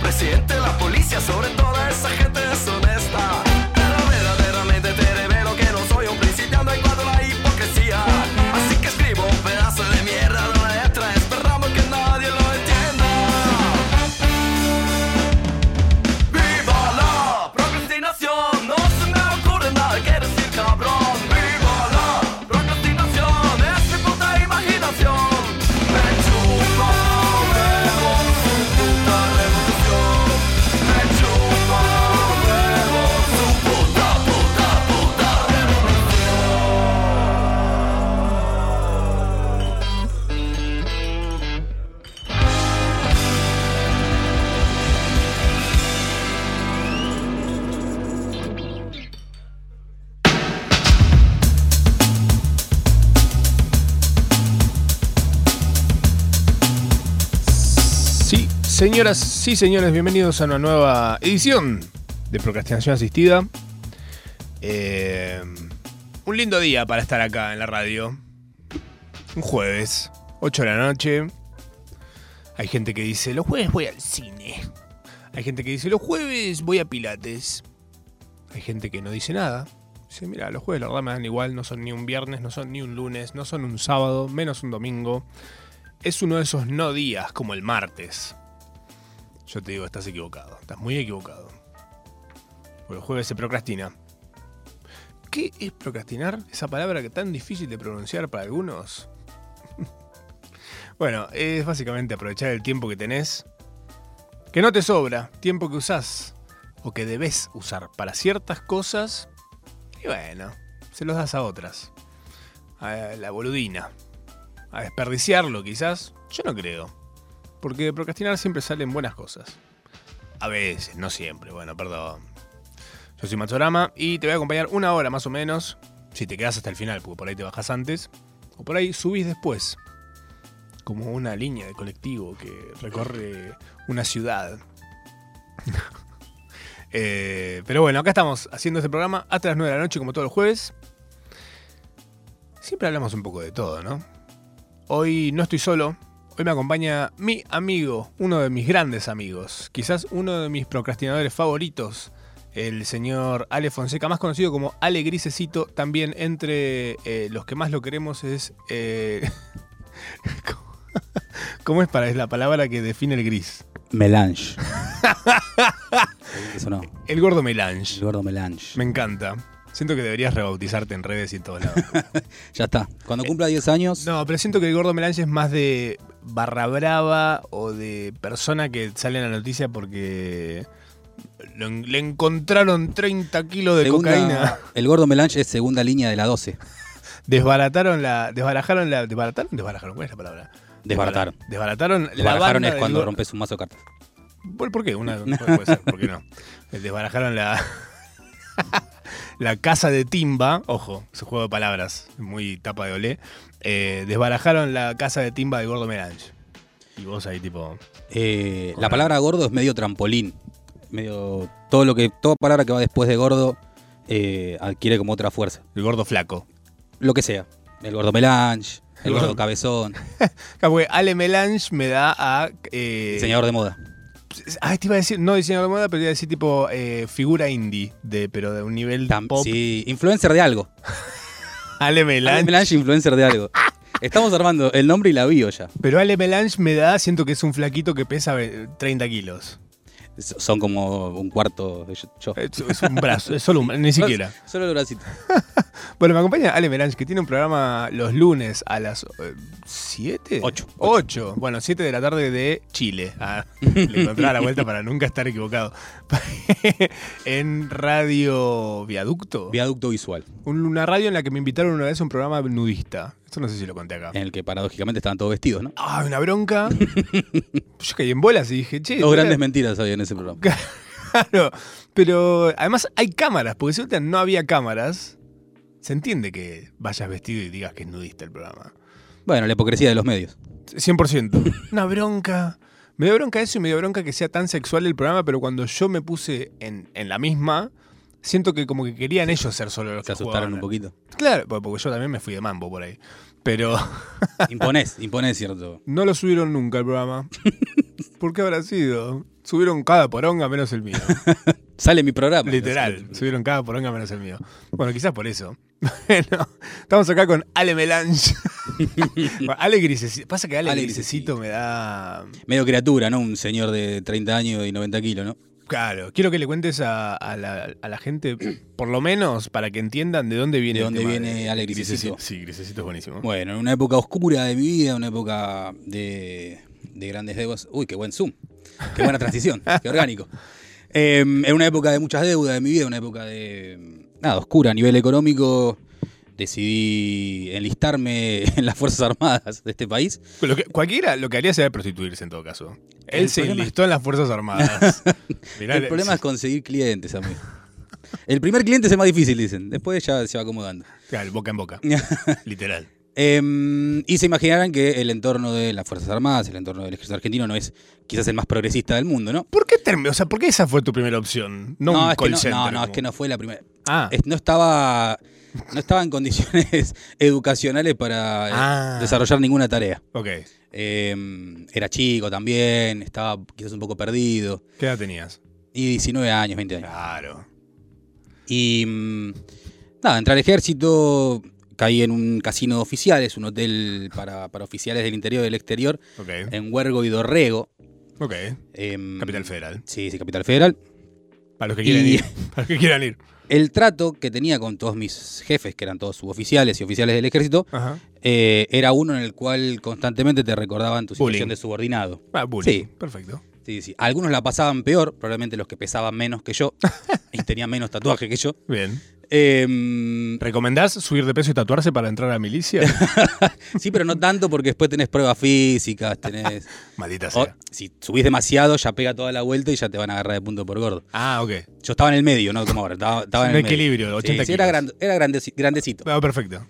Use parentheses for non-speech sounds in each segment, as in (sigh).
presidente, la policía, sobre toda esa gente deshonesta. Pero verdaderamente te revelo que no soy un principiante en cuanto a la hipocresía. Así que escribo un pedazo de mierda de una letra, esperando que nadie lo entienda. ¡Viva la procrastinación! No se me ocurre nada que decir, cabrón. ¡Viva la procrastinación! Es mi puta imaginación. Me chupa un huevo su puta revolución. Me chupa un huevo su puta, puta, puta revolución. Sí, señoras, sí, señores, bienvenidos a una nueva edición de Procrastinación Asistida. Eh, un lindo día para estar acá en la radio. Un jueves, 8 de la noche. Hay gente que dice, los jueves voy al cine. Hay gente que dice, los jueves voy a Pilates. Hay gente que no dice nada. Dice, mira, los jueves la verdad me dan igual, no son ni un viernes, no son ni un lunes, no son un sábado, menos un domingo es uno de esos no días como el martes. Yo te digo, estás equivocado, estás muy equivocado. Porque el jueves se procrastina. ¿Qué es procrastinar? Esa palabra que tan difícil de pronunciar para algunos. (laughs) bueno, es básicamente aprovechar el tiempo que tenés, que no te sobra, tiempo que usás o que debes usar para ciertas cosas, y bueno, se los das a otras. A la boludina, a desperdiciarlo quizás, yo no creo. Porque de procrastinar siempre salen buenas cosas. A veces, no siempre, bueno, perdón. Yo soy Machorama y te voy a acompañar una hora más o menos, si te quedas hasta el final, porque por ahí te bajas antes, o por ahí subís después. Como una línea de colectivo que recorre una ciudad. (laughs) Eh, pero bueno, acá estamos haciendo este programa hasta las 9 de la noche, como todos los jueves. Siempre hablamos un poco de todo, ¿no? Hoy no estoy solo. Hoy me acompaña mi amigo, uno de mis grandes amigos, quizás uno de mis procrastinadores favoritos, el señor Ale Fonseca, más conocido como Ale Grisecito. También entre eh, los que más lo queremos es. eh, (laughs) ¿cómo- ¿Cómo es para? Es la palabra que define el gris. Melange. Eso no, El gordo el melange. gordo Melange. Me encanta. Siento que deberías rebautizarte en redes y en todos lados. Ya está. Cuando cumpla 10 años, No, pero siento que el gordo Melange es más de barra brava o de persona que sale en la noticia porque lo en- le encontraron 30 kilos de segunda- cocaína. el gordo Melange es segunda línea de la 12. Desbarataron la. Desbarajaron la. ¿Desbarataron? Desbarajaron, ¿cuál es la palabra? Desbarataron. Desbarataron la. Desbarajaron banda es del cuando gor- rompes un mazo de cartas. ¿Por, por qué? Una, (laughs) puede ser, ¿por qué no? Eh, Desbarajaron la. (laughs) la casa de Timba. Ojo, su juego de palabras, muy tapa de olé. Eh, desbarajaron la casa de Timba de Gordo Melange. Y vos ahí, tipo. Eh, la palabra gordo es medio trampolín. Medio. Todo lo que. Toda palabra que va después de gordo eh, adquiere como otra fuerza. El gordo flaco. Lo que sea. El gordo Melange, el El gordo- Eh, gordo cabezón, Claro, porque Ale Melange me da a. eh, diseñador de moda. Ah, te iba a decir, no diseñador de moda, pero te iba a decir tipo eh, figura indie, de, pero de un nivel Tam- pop. sí, influencer de algo. Ale Melange. Melange. Melange, influencer de algo. Estamos armando el nombre y la bio ya. Pero Ale Melange me da, siento que es un flaquito que pesa eh, 30 kilos. So- Son como un cuarto de yo. yo. Es, es un brazo, es solo un, Eh, ni siquiera. Solo el bracito. Bueno, me acompaña Ale Melange, que tiene un programa los lunes a las 7. Ocho. 8. Bueno, 7 de la tarde de Chile. Ah, (laughs) le encontraba la vuelta para nunca estar equivocado. (laughs) en Radio Viaducto. Viaducto visual, Un- Una radio en la que me invitaron una vez a un programa nudista. Esto no sé si lo conté acá. en el que paradójicamente estaban todos vestidos, ¿no? Ah, una (laughs) bronca. Yo caí en bolas y dije, che. Dos no era- grandes mentiras había en ese programa. Claro. Pero además hay cámaras, porque si ahorita no había cámaras, se entiende que vayas vestido y digas que es nudista el programa. Bueno, la hipocresía de los medios. 100%. Una bronca. Me dio bronca eso y me dio bronca que sea tan sexual el programa, pero cuando yo me puse en, en la misma, siento que como que querían ellos ser solo los Se que asustaron un jugaban. poquito. Claro, porque yo también me fui de mambo por ahí. Pero (laughs) Imponés, imponés, cierto. (laughs) no lo subieron nunca el programa. ¿Por qué habrá sido? subieron cada poronga menos el mío. Sale mi programa. Literal, subieron cada poronga menos el mío. Bueno, quizás por eso. (laughs) Bueno, estamos acá con Ale (laughs) Melange. Bueno, Ale Grisecito. Pasa que Ale, Ale Grisecito me da. Medio criatura, ¿no? Un señor de 30 años y 90 kilos, ¿no? Claro, quiero que le cuentes a, a la, a la gente, por lo menos, para que entiendan de dónde viene De el dónde tema viene Ale Grisecito. Grisecito. Sí, Grisecito es buenísimo. Bueno, en una época oscura de mi vida, una época de, de grandes deudas. Uy, qué buen zoom. Qué buena transición. qué orgánico. Eh, en una época de muchas deudas de mi vida, una época de. Nada, oscura a nivel económico. Decidí enlistarme (laughs) en las Fuerzas Armadas de este país. Pues Lo que- cualquiera lo que haría sería prostituirse en todo caso. Él El se problema- enlistó en las Fuerzas (laughs) Armadas. Mirá, El problema es conseguir clientes, amigo. El primer cliente es el más difícil, dicen. Después ya se va acomodando. (laughs) Claro, boca en boca. Literal. Em, y se imaginarán que el entorno de las Fuerzas Armadas, el entorno del ejército argentino, no es quizás el más progresista del mundo, ¿no? ¿Por qué, term- o sea, ¿por qué esa fue tu primera opción? No, un es que call no, center, no, no, como- es que no fue la primera. Ah, Es- No estaba. No estaba en condiciones (laughs) educacionales para eh, Ah. desarrollar ninguna tarea. ok. Em, era chico también, estaba quizás un poco perdido. ¿Qué edad tenías? Y 19 años, 20 años. Claro. Ah. Y mm, nada, entré al ejército, caí en un casino de oficiales, un hotel para, para oficiales del interior y del exterior, Ok. en Huergo y Dorrego. Ok. em, Capital Federal. Sí, sí, Capital Federal. Para los que quieran Y- ir. (laughs) Para los que quieran ir. El trato que tenía con todos mis jefes, que eran todos suboficiales y oficiales del ejército, Ajá. eh, era uno en el cual constantemente te recordaban tu situación Bullying. de subordinado. Ah, bullying. Sí. Perfecto. Sí, sí. Algunos la pasaban peor, probablemente los que pesaban menos (laughs) que yo y tenían menos tatuaje que yo. Bien. Em, ¿Recomendás subir de peso y tatuarse para entrar a la (laughs) milicia? sí, pero no tanto porque después tenés pruebas (laughs) físicas, tenés... Maldita o- sea. si subís demasiado ya pega toda la vuelta y ya te van a agarrar de punto por gordo. Ah, ok. Yo estaba en el medio, ¿no? Como ahora, estaba, estaba en Un el medio. equilibrio, 80 Sí, sí, era, kilos. gran- era grandeci- grandecito. Ah, perfecto.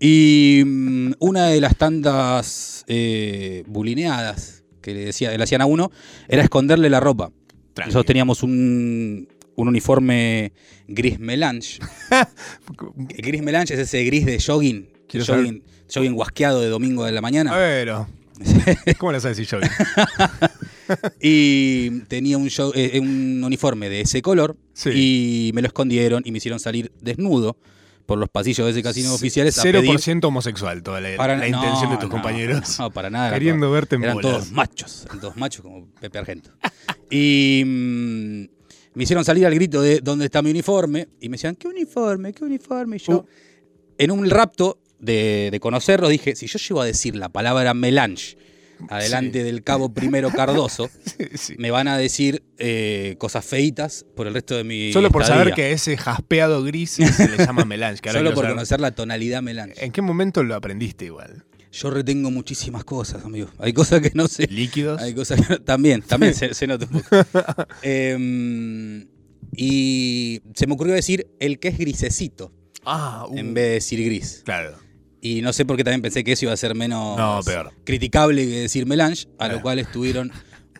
Y mm, una de las tantas eh, bulineadas que le, decía, le hacían a uno era esconderle la ropa. Tranqui. Nosotros teníamos un, un uniforme gris melange. El gris melange es ese gris de jogging. Quiero saber- Jogging, jogging guasqueado de domingo de la A mañana. ver. (laughs) oh. ¿Cómo lo sabes si yo? Y tenía un, jo- eh, un uniforme de ese color. Sí. Y me lo escondieron y me hicieron salir desnudo por los pasillos de ese casino oficiales a pedir 0% homosexual toda la, Para- la no, intención de tus no, compañeros. No, para nada. Queriendo Para- verte en Eran bolas. todos machos, eran todos machos como Pepe Argento. Y mm, me hicieron salir al grito de ¿dónde está mi uniforme? Y me decían, ¿qué uniforme? ¿Qué uniforme? Y yo, Uh. en un rapto de, de conocerlo, dije, si yo llego a decir la palabra melange adelante Sí. del cabo primero (laughs) Cardoso, (laughs) Sí, sí. me van a decir eh, cosas feitas por el resto de mi Solo por saber estadía. que a ese jaspeado gris se le (laughs) llama melange. que ahora Solo quiero por saber Eh. conocer la tonalidad melange. ¿En qué momento lo aprendiste igual? Yo retengo muchísimas cosas, amigo. Hay cosas que no sé. ¿Líquidos? Hay cosas que no- también, también se, se nota un poco. (laughs) Em, y se me ocurrió decir el que es grisecito Ah, uh, en vez de decir gris. Claro. Y no sé por qué también pensé que eso iba a ser menos No, peor. Eh. criticable que decir melange, a Claro. lo cual estuvieron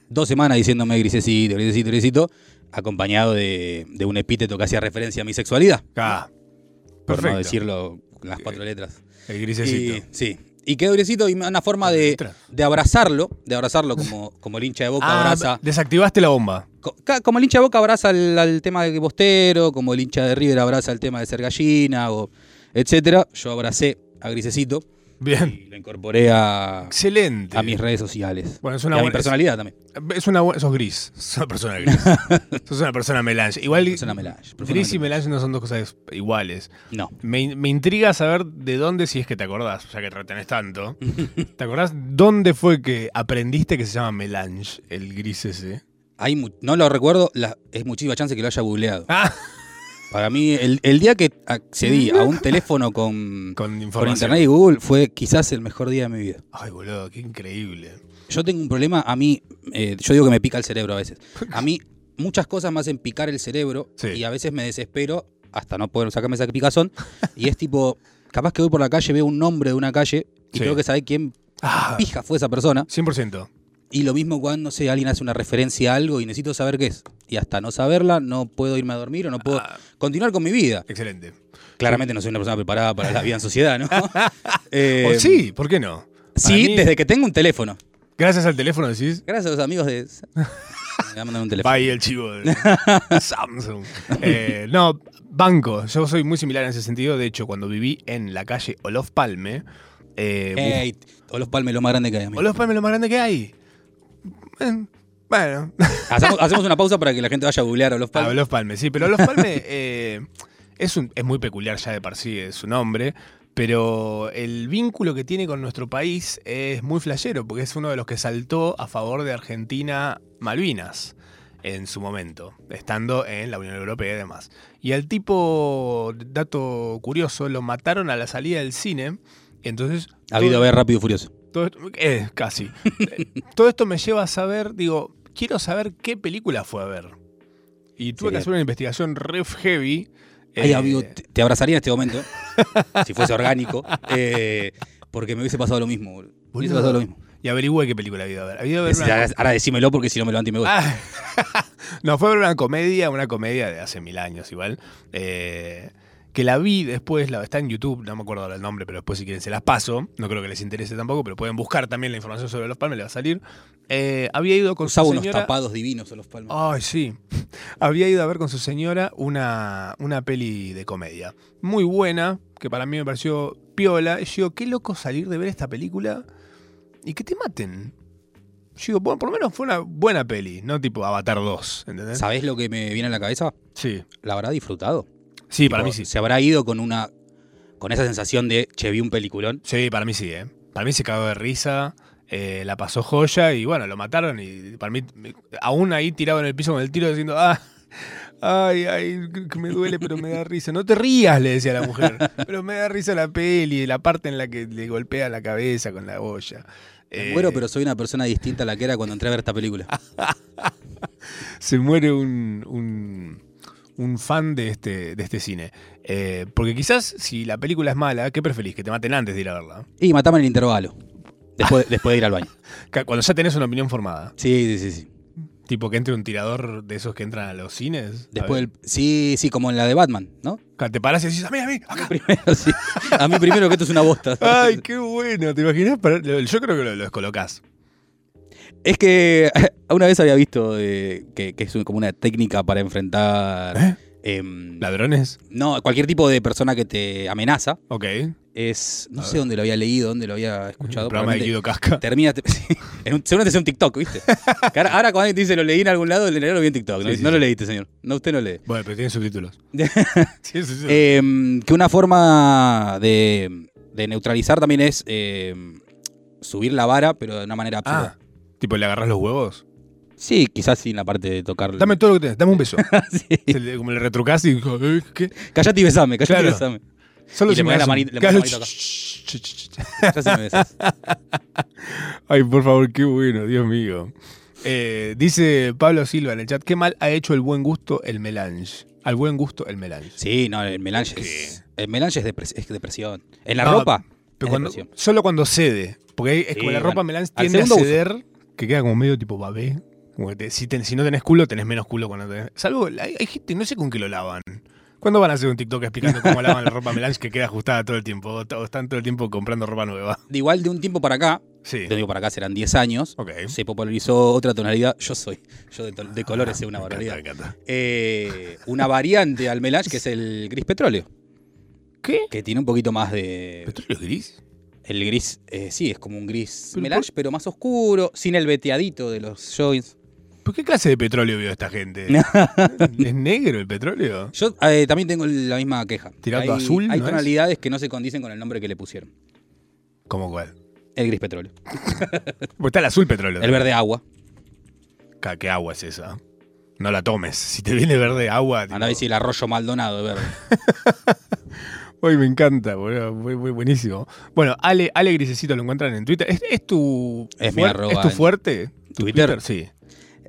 dos semanas diciéndome grisecito, grisecito, grisecito, acompañado de, de un epíteto que hacía referencia a mi sexualidad, Ah, por perfecto. no decirlo con las cuatro letras. El grisecito. Y, sí. Y quedó grisecito y una forma de, Ostras. de abrazarlo, de abrazarlo como, como el hincha de boca Ah, abraza desactivaste la bomba. Co- ca- Como el hincha de Boca abraza al, al tema de Bostero, como el hincha de River abraza el tema de ser gallina, o etcétera, yo abracé a Grisecito Bien. y lo incorporé a, Excelente. a mis redes sociales. Bueno, es una y a mi buena- personalidad también. Es una buena. Sos gris. Sos una persona (laughs) gris. sos una persona melange. Igual. Es una melange. Gris y profundamente. melange no son dos cosas iguales. No. Me, in- me intriga saber de dónde, si es que te acordás, ya que retenés tanto. (laughs) ¿Te acordás dónde fue que aprendiste que se llama melange, el gris ese? Hay mu- no lo recuerdo, la- es muchísima chance que lo haya googleado. Ah, Para mí, el, el día que accedí a un teléfono con, con información. con internet y Google fue quizás el mejor día de mi vida. Ay, boludo, qué increíble. Yo tengo un problema, a mí, eh, yo digo que me pica el cerebro a veces. A mí muchas cosas me hacen picar el cerebro Sí. y a veces me desespero hasta no poder sacarme esa picazón. Y es tipo, capaz que voy por la calle, veo un nombre de una calle y Sí. tengo que saber quién Ah, pija fue esa persona. 100%. Y lo mismo cuando, no sé, alguien hace una referencia a algo y necesito saber qué es. Y hasta no saberla, no puedo irme a dormir o no puedo Ah. continuar con mi vida. Excelente. Claramente no soy una persona preparada para la vida en (laughs) sociedad, ¿no? Eh, o sí, ¿por qué no? Para Sí, mí, desde que tengo un teléfono. Gracias al teléfono decís. (laughs) Gracias a los amigos de... Me va a mandar un teléfono. Vaya el chivo (laughs) de Samsung. Eh, no, banco. Yo soy muy similar en ese sentido. De hecho, cuando viví en la calle Olof Palme. Eh, buf- Ey, todos los palmes lo más grande que hay, amigo. Olof Palme es lo más grande que hay. Eh, Bueno, Hacemos, hacemos una pausa para que la gente vaya a googlear a los Ah, palmes. Olof Palme, sí, pero Olof (laughs) Palme eh, es, un- es muy peculiar ya de par sí es su nombre, pero el vínculo que tiene con nuestro país es muy flashero, porque es uno de los que saltó a favor de Argentina Malvinas en su momento, estando en la Unión Europea y demás. Y al tipo, dato curioso, lo mataron a la salida del cine, entonces... Ha habido a ver Rápido y Furioso. Todo esto- eh, casi. Eh, Todo esto me lleva a saber, digo, quiero saber qué película fue a ver. Y tuve Sería- que hacer una investigación ref heavy. Ay, eh, amigo, te, te abrazaría en (laughs) este momento, si fuese orgánico, eh, porque me hubiese pasado lo mismo. boludo. Me Boludo. hubiese pasado lo mismo. y averigüé qué película había ido a ver. Había ido a ver Es- una- ahora, (laughs) ahora decímelo porque si no me levanto y me voy. Ah, no, fue a ver una comedia, una comedia de hace mil años igual. eh, que la vi después, la, está en YouTube, no me acuerdo ahora el nombre, pero después si quieren se las paso. No creo que les interese tampoco, pero pueden buscar también la información sobre los palmes, le va a salir. Eh, había ido con Usaba su unos señora... Ah, tapados divinos a los palmes. Ay, sí. Había ido a ver con su señora una, una peli de comedia. Muy buena, que para mí me pareció piola. Y yo digo, qué loco salir de ver esta película y que te maten. Yo digo, bueno, por lo menos fue una buena peli, no tipo Avatar 2, ¿entendés? ¿Sabés lo que me viene a la cabeza? Sí. ¿La habrá disfrutado? Sí, para mí Tipo, sí. Se habrá ido con una con esa sensación de, che, vi un peliculón. Sí, para mí sí, ¿eh? Para mí se cagó de risa, eh, la pasó joya y bueno, lo mataron y para mí, me- aún ahí tirado en el piso con el tiro diciendo, ah, ay, ay, que me duele pero me da risa. No te rías, le decía la mujer, pero me da risa la peli, la parte en la que le golpea la cabeza con la olla. Me Eh, muero, pero soy una persona distinta a la que era cuando entré a ver esta película. Se muere un, un, un fan de este, de este cine. Eh, porque quizás si la película es mala, ¿qué preferís? Que te maten antes de ir a verla. Y matame en el intervalo. Después, después de ir al baño. Ca- Cuando ya tenés una opinión formada. Sí, sí, sí. sí. Tipo que entre un tirador de esos que entran a los cines. Después del- sí, sí, como en la de Batman, ¿no? (laughs) del... Te paras y decís, a mí, a mí, acá. Primero, sí. A mí primero que esto es una bosta. Ay, qué bueno. ¿Te imaginas? Para- lo- Yo creo que lo, lo descolocás. Es que (laughs) una vez había visto eh, que, que es un- como una técnica para enfrentar... ¿Eh? em, ¿Ladrones? no, cualquier tipo de persona que te amenaza. Ok. Es, no sé dónde lo había leído, dónde lo había escuchado. Programa de probablemente- Guido (laughs) Casca. termina te- sí, en un, seguramente sea un (laughs) TikTok, ¿viste? Que Ahora, ahora cuando alguien te dice lo leí en algún lado, en realidad lo vi en TikTok. No, Sí, sí, No sí. lo leíste, señor. No, usted no lee. Bueno, pero tiene (laughs) subtítulos. Eh, Tiene subtítulos. Em, que una forma de, de neutralizar también es em, subir la vara, pero de una manera ah, absurda. tipo, le agarras los huevos. Sí, quizás sin la parte de tocar. Dame todo lo que tenés, dame un beso. (laughs) Sí. Se le- como le retrucás y dijo, "Eh, ¿qué? Callate y besame, callate y Claro. besame. Solo Y le me ponés das la un- manita- le ponés Claro. la (laughs) manita acá. Ya se me besas. Ay, por favor, qué bueno, Dios mío. Eh, dice Pablo Silva en el chat, qué mal ha hecho el buen gusto el melange. Al buen gusto el melange. Sí, no, el melange es. El melange es, depres- es depresión. En la No, ropa. Pero es cuando- depresión. solo cuando cede. Porque ahí es Sí, como la bueno. ropa melange Al tiende a segundo uso. ceder, que queda como medio tipo babé. Como que te- si, ten- si no tenés culo, tenés menos culo cuando tenés. Salvo, hay, hay gente, no sé con qué lo lavan. ¿Cuándo van a hacer un TikTok explicando (laughs) cómo lavan la ropa melange que queda ajustada todo el tiempo? O, t- o están todo el tiempo comprando ropa nueva. De Igual de un tiempo para acá, Sí. Te digo, para acá serán 10 años. Ok. Se popularizó otra tonalidad. Yo soy. Yo de, tol- de colores sé una Me encanta, barbaridad. me encanta. Eh, una variante al melange que es el gris petróleo. ¿Qué? Que tiene un poquito más de. ¿Petróleo gris? El gris, eh, sí, es como un gris Pero melange, pero más oscuro, sin el veteadito de los joints. ¿Por qué clase de petróleo vio esta (laughs) gente? ¿Es negro el petróleo? Yo eh, también tengo la misma queja. Tirando hay, azul, Hay ¿no es? tonalidades que no se condicen con el nombre que le pusieron. ¿Cómo (laughs) cuál? El gris petróleo. Porque está el azul petróleo. El verde agua. Ca- ¿Qué agua es esa? No la tomes. Si te viene verde agua. Andá a ver si el arroyo Maldonado es verde. Uy, me encanta, boludo. Muy, muy buenísimo. Bueno, Ale, Ale Grisecito lo encuentran en Twitter. ¿Es, es tu. Es mi fuer- arroba ¿Es tu en fuerte? ¿Tu Twitter? Sí.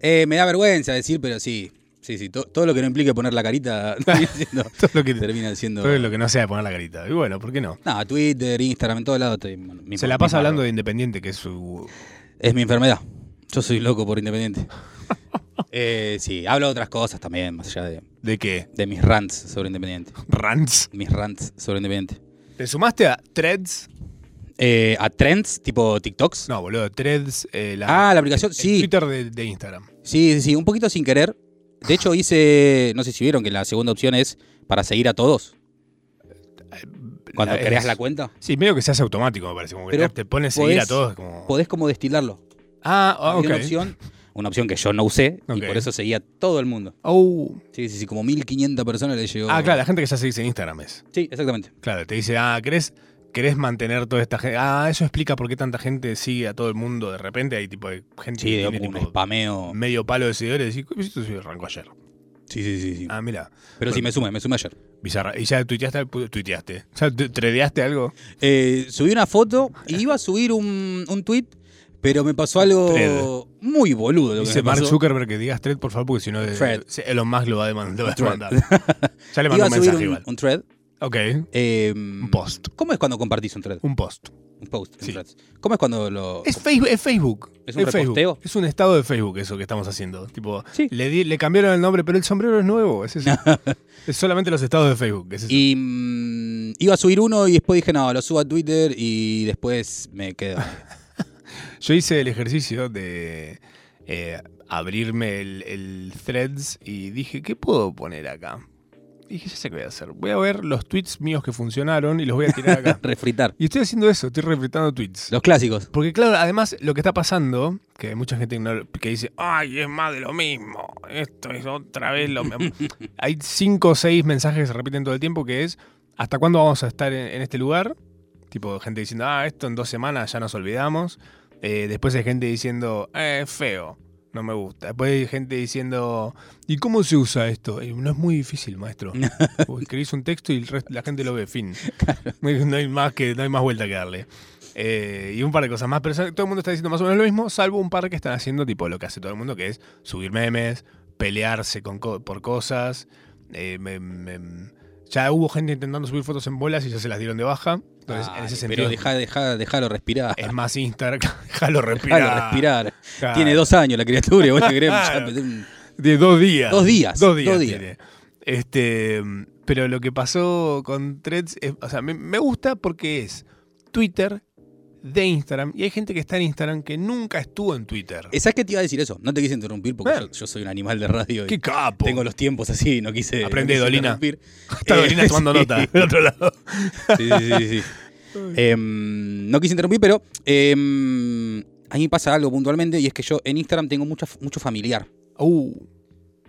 Eh, me da vergüenza decir, pero sí. Sí, sí. to- todo lo que no implique poner (laughs) la carita (laughs) termina siendo- Todo lo, que, termina siendo. todo lo que no sea de poner la carita. Y bueno, ¿por qué no? No, Twitter, Instagram, en todos lados. estoy- bueno, mismo- Se la pasa mismo hablando error. de Independiente, que es su. Es mi enfermedad. Yo soy loco (laughs) por independiente. Eh, sí, hablo de otras cosas también, más allá de, ¿De qué? de mis rants sobre independiente. Rants. Mis rants sobre independiente. ¿Te sumaste a Threads? Eh, a trends tipo TikToks. No, boludo, Threads. eh, la, Ah, la aplicación, el sí. Twitter de, de Instagram. Sí, sí, sí, un poquito sin querer. De hecho, hice. No sé si vieron que la segunda opción es para seguir a todos. Cuando Eh, La- creas es- la cuenta, Sí, medio que se hace automático, me parece. Como que Pero te pones a seguir a podés- todos. Como... podés como destilarlo. Ah, ah, Había ok. una opción, una opción que yo no usé Ok. y por eso seguía a todo el mundo. Oh. Sí, sí, sí, como 1500 personas le llegó. Ah, claro, la gente que ya seguís en Instagram es. Sí, exactamente. Claro, te dice, ah, ¿querés, querés mantener toda esta gente? Ah, eso explica por qué tanta gente sigue a todo el mundo. De repente hay tipo de gente Sí, que de tiene un tipo, spameo. medio palo de seguidores y decís, esto se arrancó ayer. Sí, sí, sí. sí. Ah, mira. Pero sí, me sumé, me sumé ayer. Bizarra. ¿Y ya tuiteaste? al- ¿Tuiteaste? ¿Ya tu- tradeaste algo? Eh, subí una foto y iba a subir un, un tweet, pero me pasó algo Thread. muy boludo. Lo que Dice me Mark pasó. Zuckerberg que digas thread, por favor, porque si no, eh, Thread. Elon Musk lo va a deman- lo va a Thread. demandar. ya le mandó (laughs) Iba a un subir mensaje un, igual. un thread. Ok, eh, un post. ¿Cómo es cuando compartís un thread? Un post. Un post. un Sí. thread. ¿Cómo es cuando lo.? Es Facebook. Es, Facebook. ¿Es un Facebook. reposteo? Es un estado de Facebook eso que estamos haciendo. Tipo, Sí. le, di- le cambiaron el nombre, pero el sombrero es nuevo. Es, (laughs) eso. Es solamente los estados de Facebook. es eso. Y mm, iba a subir uno y después dije, no, lo subo a Twitter y después me quedo. Yo hice el ejercicio de eh, abrirme el, el threads y dije, ¿qué puedo poner acá? Y dije, ya sé qué voy a hacer. Voy a ver los tweets míos que funcionaron y los voy a tirar (laughs) acá. Refritar. y estoy haciendo eso, estoy refritando tweets. Los clásicos. Porque claro, además lo que está pasando, que hay mucha gente ignora- que dice, ay, es más de lo mismo, esto es otra vez lo mismo. hay cinco o seis mensajes que se repiten todo el tiempo, que es, ¿hasta cuándo vamos a estar en, en este lugar? Tipo, gente diciendo, ah, esto en dos semanas ya nos olvidamos. Eh, después hay gente diciendo, eh, feo, no me gusta. Después hay gente diciendo, ¿y cómo se usa esto? Eh, no es muy difícil, (laughs) maestro. Vos escribís un texto y el resto- la gente lo ve, fin. No hay- no hay más que, no hay más vuelta que darle. Eh, y un par de cosas más, pero ya todo el mundo está diciendo más o menos lo mismo, salvo un par que están haciendo tipo lo que hace todo el mundo, que es subir memes, pelearse con co- por cosas. Eh, me- me- ya hubo gente intentando subir fotos en bolas y ya se las dieron de baja. Entonces, en Ay, ese pero sentido, deja, deja, dejalo respirar. es más Instagram. (laughs) Déjalo respirar. Dejalo respirar. Claro. Tiene dos años la criatura. vos le querés- Claro. De dos días. Dos días, Dos días. dos días. tiene. Este, pero lo que pasó con Threads, es- o sea, me, me gusta porque es Twitter de Instagram y hay gente que está en Instagram que nunca estuvo en Twitter. Eh, ¿Sabes qué te iba a decir eso? No te quise interrumpir porque Bien. yo, yo soy un animal de radio y ¡Qué capo! tengo los tiempos así y no quise. no Aprende, quise Dolina. interrumpir. (laughs) Está Eh, Dolina tomando (laughs) sí. nota del otro lado. Sí, sí, sí. sí. Em, no quise interrumpir, pero em, a mí me pasa algo puntualmente y es que yo en Instagram tengo mucha, mucho familiar. Uh,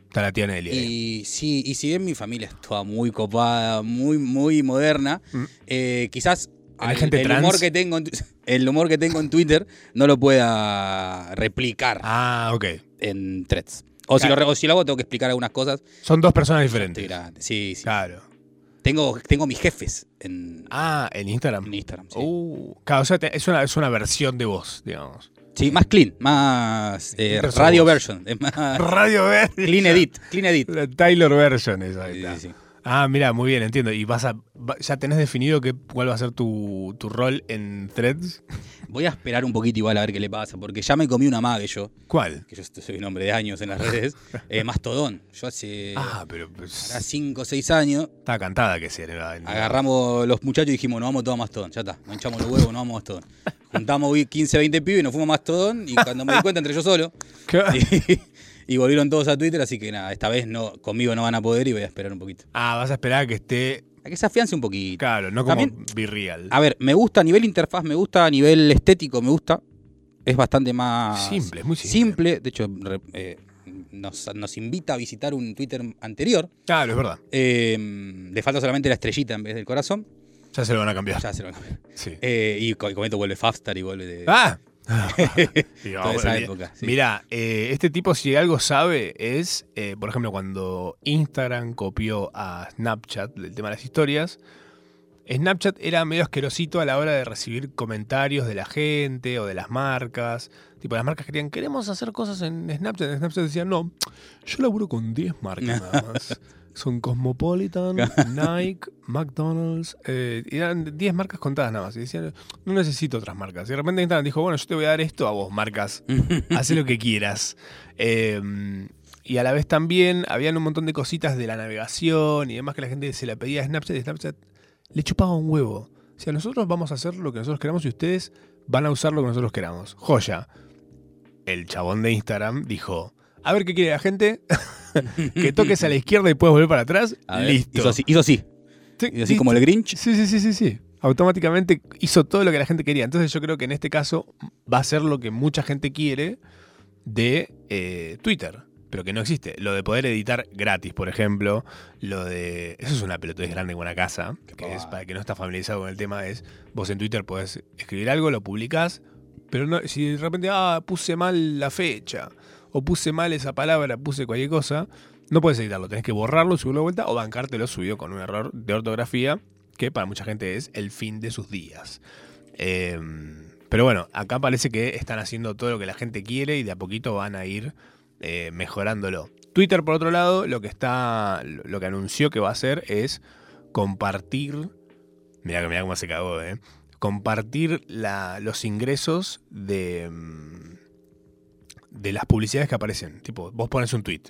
está la tía Nelly. ahí. Y sí, y si bien mi familia es toda muy copada, muy, muy moderna, Mm. eh, quizás ¿Hay al- gente el, trans? humor que tengo en, tu- (laughs) el humor que tengo en Twitter no lo pueda replicar Ah, ok. en threads. O si, lo, re- o si lo hago, tengo que explicar algunas cosas. Son dos personas Estoy diferentes. grande. Sí, sí. Claro. Tengo, tengo mis jefes en, Ah, en en Instagram. Instagram. Sí. Uh, claro, o sea, te- es, una, es una versión de vos, digamos. Sí, más clean, más eh, Clean versus radio vos. version, es más Radio Verde. clean edit, clean edit. La Taylor version esa. ahí Sí, está. sí, sí. Ah, mira, muy bien, entiendo. ¿Y vas a, va- ya tenés definido que, cuál va a ser tu, tu rol en Threads? Voy a esperar un poquito igual a ver qué le pasa, porque ya me comí una mague yo, ¿Cuál? que yo soy un hombre de años en las (laughs) redes, eh, Mastodón. Yo hace ah, pero pues, 5 o 6 años está cantada que se era en- agarramos los muchachos y dijimos, no vamos todos a Mastodón, ya está, nos hinchamos los huevos, no vamos a Mastodón. Juntamos 15, 20 pibes y nos fuimos a Mastodón y cuando me di cuenta entre yo solo, ¿Qué? y, (laughs) y volvieron todos a Twitter, así que nada, esta vez no, conmigo no van a poder y voy a esperar un poquito. Ah, vas a esperar a que esté, A que se afiance un poquito. claro, no como También- Ah. Virreal. A ver, me gusta a nivel interfaz, me gusta a nivel estético, me gusta. Es bastante más... Simple, es muy simple. De hecho, re- eh, nos, nos invita a visitar un Twitter anterior. Claro, es verdad. Eh, le falta solamente la estrellita en vez del corazón. Ya se lo van a cambiar. Ya se lo cambié. Sí. Eh, y con con esto vuelve Fafstar y vuelve (laughs) de... ¡Ah! Toda esa época, sí. Mira, este tipo si algo sabe es, eh, por ejemplo, cuando Instagram copió a Snapchat el tema de las historias, Snapchat era medio asquerosito a la hora de recibir comentarios de la gente o de las marcas. Tipo, las marcas querían, queremos hacer cosas en Snapchat. En Snapchat decían, no, yo laburo con 10 marcas (laughs) nada más. Son Cosmopolitan, Nike, McDonald's. eh, y eran 10 marcas contadas nada más. Y decían, no necesito otras marcas. Y de repente Instagram dijo, bueno, yo te voy a dar esto a vos, marcas. Haz lo que (laughs) quieras. Eh, y a la vez también habían un montón de cositas de la navegación y demás que la gente se la pedía a Snapchat y Snapchat le chupaba un huevo. O sea, nosotros vamos a hacer lo que nosotros queramos y ustedes van a usar lo que nosotros queramos. Joya. El chabón de Instagram dijo, a ver qué quiere la gente. (laughs) que toques a la izquierda y puedes volver para atrás. A ver, Listo. Hizo así, hizo así, Sí, hizo así listo. como el Grinch. Sí, sí, sí, sí, sí. Automáticamente hizo todo lo que la gente quería. Entonces yo creo que en este caso va a ser lo que mucha gente quiere de eh, Twitter, pero que no existe. Lo de poder editar gratis, por ejemplo. Lo de... Eso es una pelotudez grande en una casa, que es pavada. para el que no está familiarizado con el tema, es vos en Twitter podés escribir algo, lo publicás, pero no, si de repente, ah, puse mal la fecha, o puse mal esa palabra, puse cualquier cosa, no puedes editarlo, tenés que borrarlo, subirlo de vuelta o bancártelo subido con un error de ortografía que para mucha gente es el fin de sus días. Eh, pero bueno, acá parece que están haciendo todo lo que la gente quiere y de a poquito van a ir eh, mejorándolo. Twitter, por otro lado, lo que está. lo que anunció que va a hacer es compartir. Mirá, mirá cómo se cagó, eh. Compartir la- los ingresos de. mm, de las publicidades que aparecen. Tipo, vos pones un tweet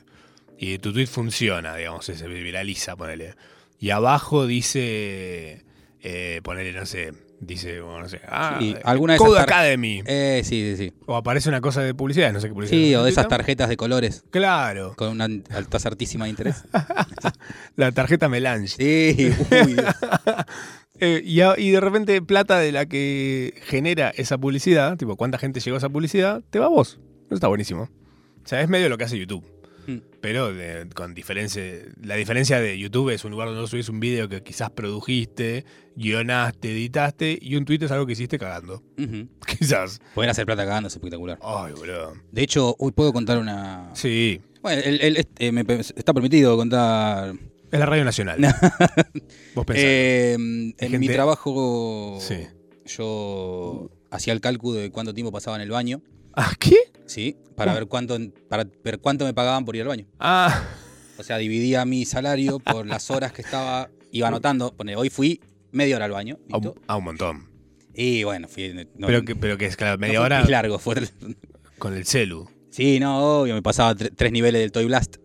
y tu tweet funciona, digamos, se viraliza, ponele. Y abajo dice. eh, ponele, no sé. Dice, bueno, no sé. Ah, Sí, alguna de esas Code tar- Academy. Eh, sí, sí, sí. O aparece una cosa de publicidad, no sé qué publicidad. Sí, o de esas tarjetas. tarjetas de colores Claro, con una alta altísima de (laughs) interés. la tarjeta Melange. Sí, uy. Eh, y, a- y de repente plata de la que genera esa publicidad, tipo cuánta gente llegó a esa publicidad, te va a vos. Eso está buenísimo. O sea, es medio lo que hace YouTube. Mm. Pero de- con diferencia, la diferencia de YouTube es un lugar donde vos subís un video que quizás produjiste, guionaste, editaste, y un tweet es algo que hiciste cagando. (laughs) Ujú. Quizás. Poder hacer plata cagando es espectacular. Ay, boludo. De hecho, hoy puedo contar una. Sí, Bueno, el- el- este, eh, me pe- está permitido contar. es la radio nacional. (laughs) vos pensás. Eh, en Hay mi gente- trabajo, Sí. yo hacía el cálculo de cuánto tiempo pasaba en el baño, ¿Ah, qué? ¿sí? Para, ¿Cómo? ver cuánto, para ver cuánto me pagaban por ir al baño. Ah, O sea, dividía mi salario por las horas que estaba, iba anotando. Pone, hoy fui media hora al baño, Uh. a ¿listo? un, a un montón. Y bueno, fui. no- pero, que, pero que es, claro, no media fue hora pis largo, fue. con el celu. Sí, no, obvio, me pasaba tre- tres niveles del Toy Blast.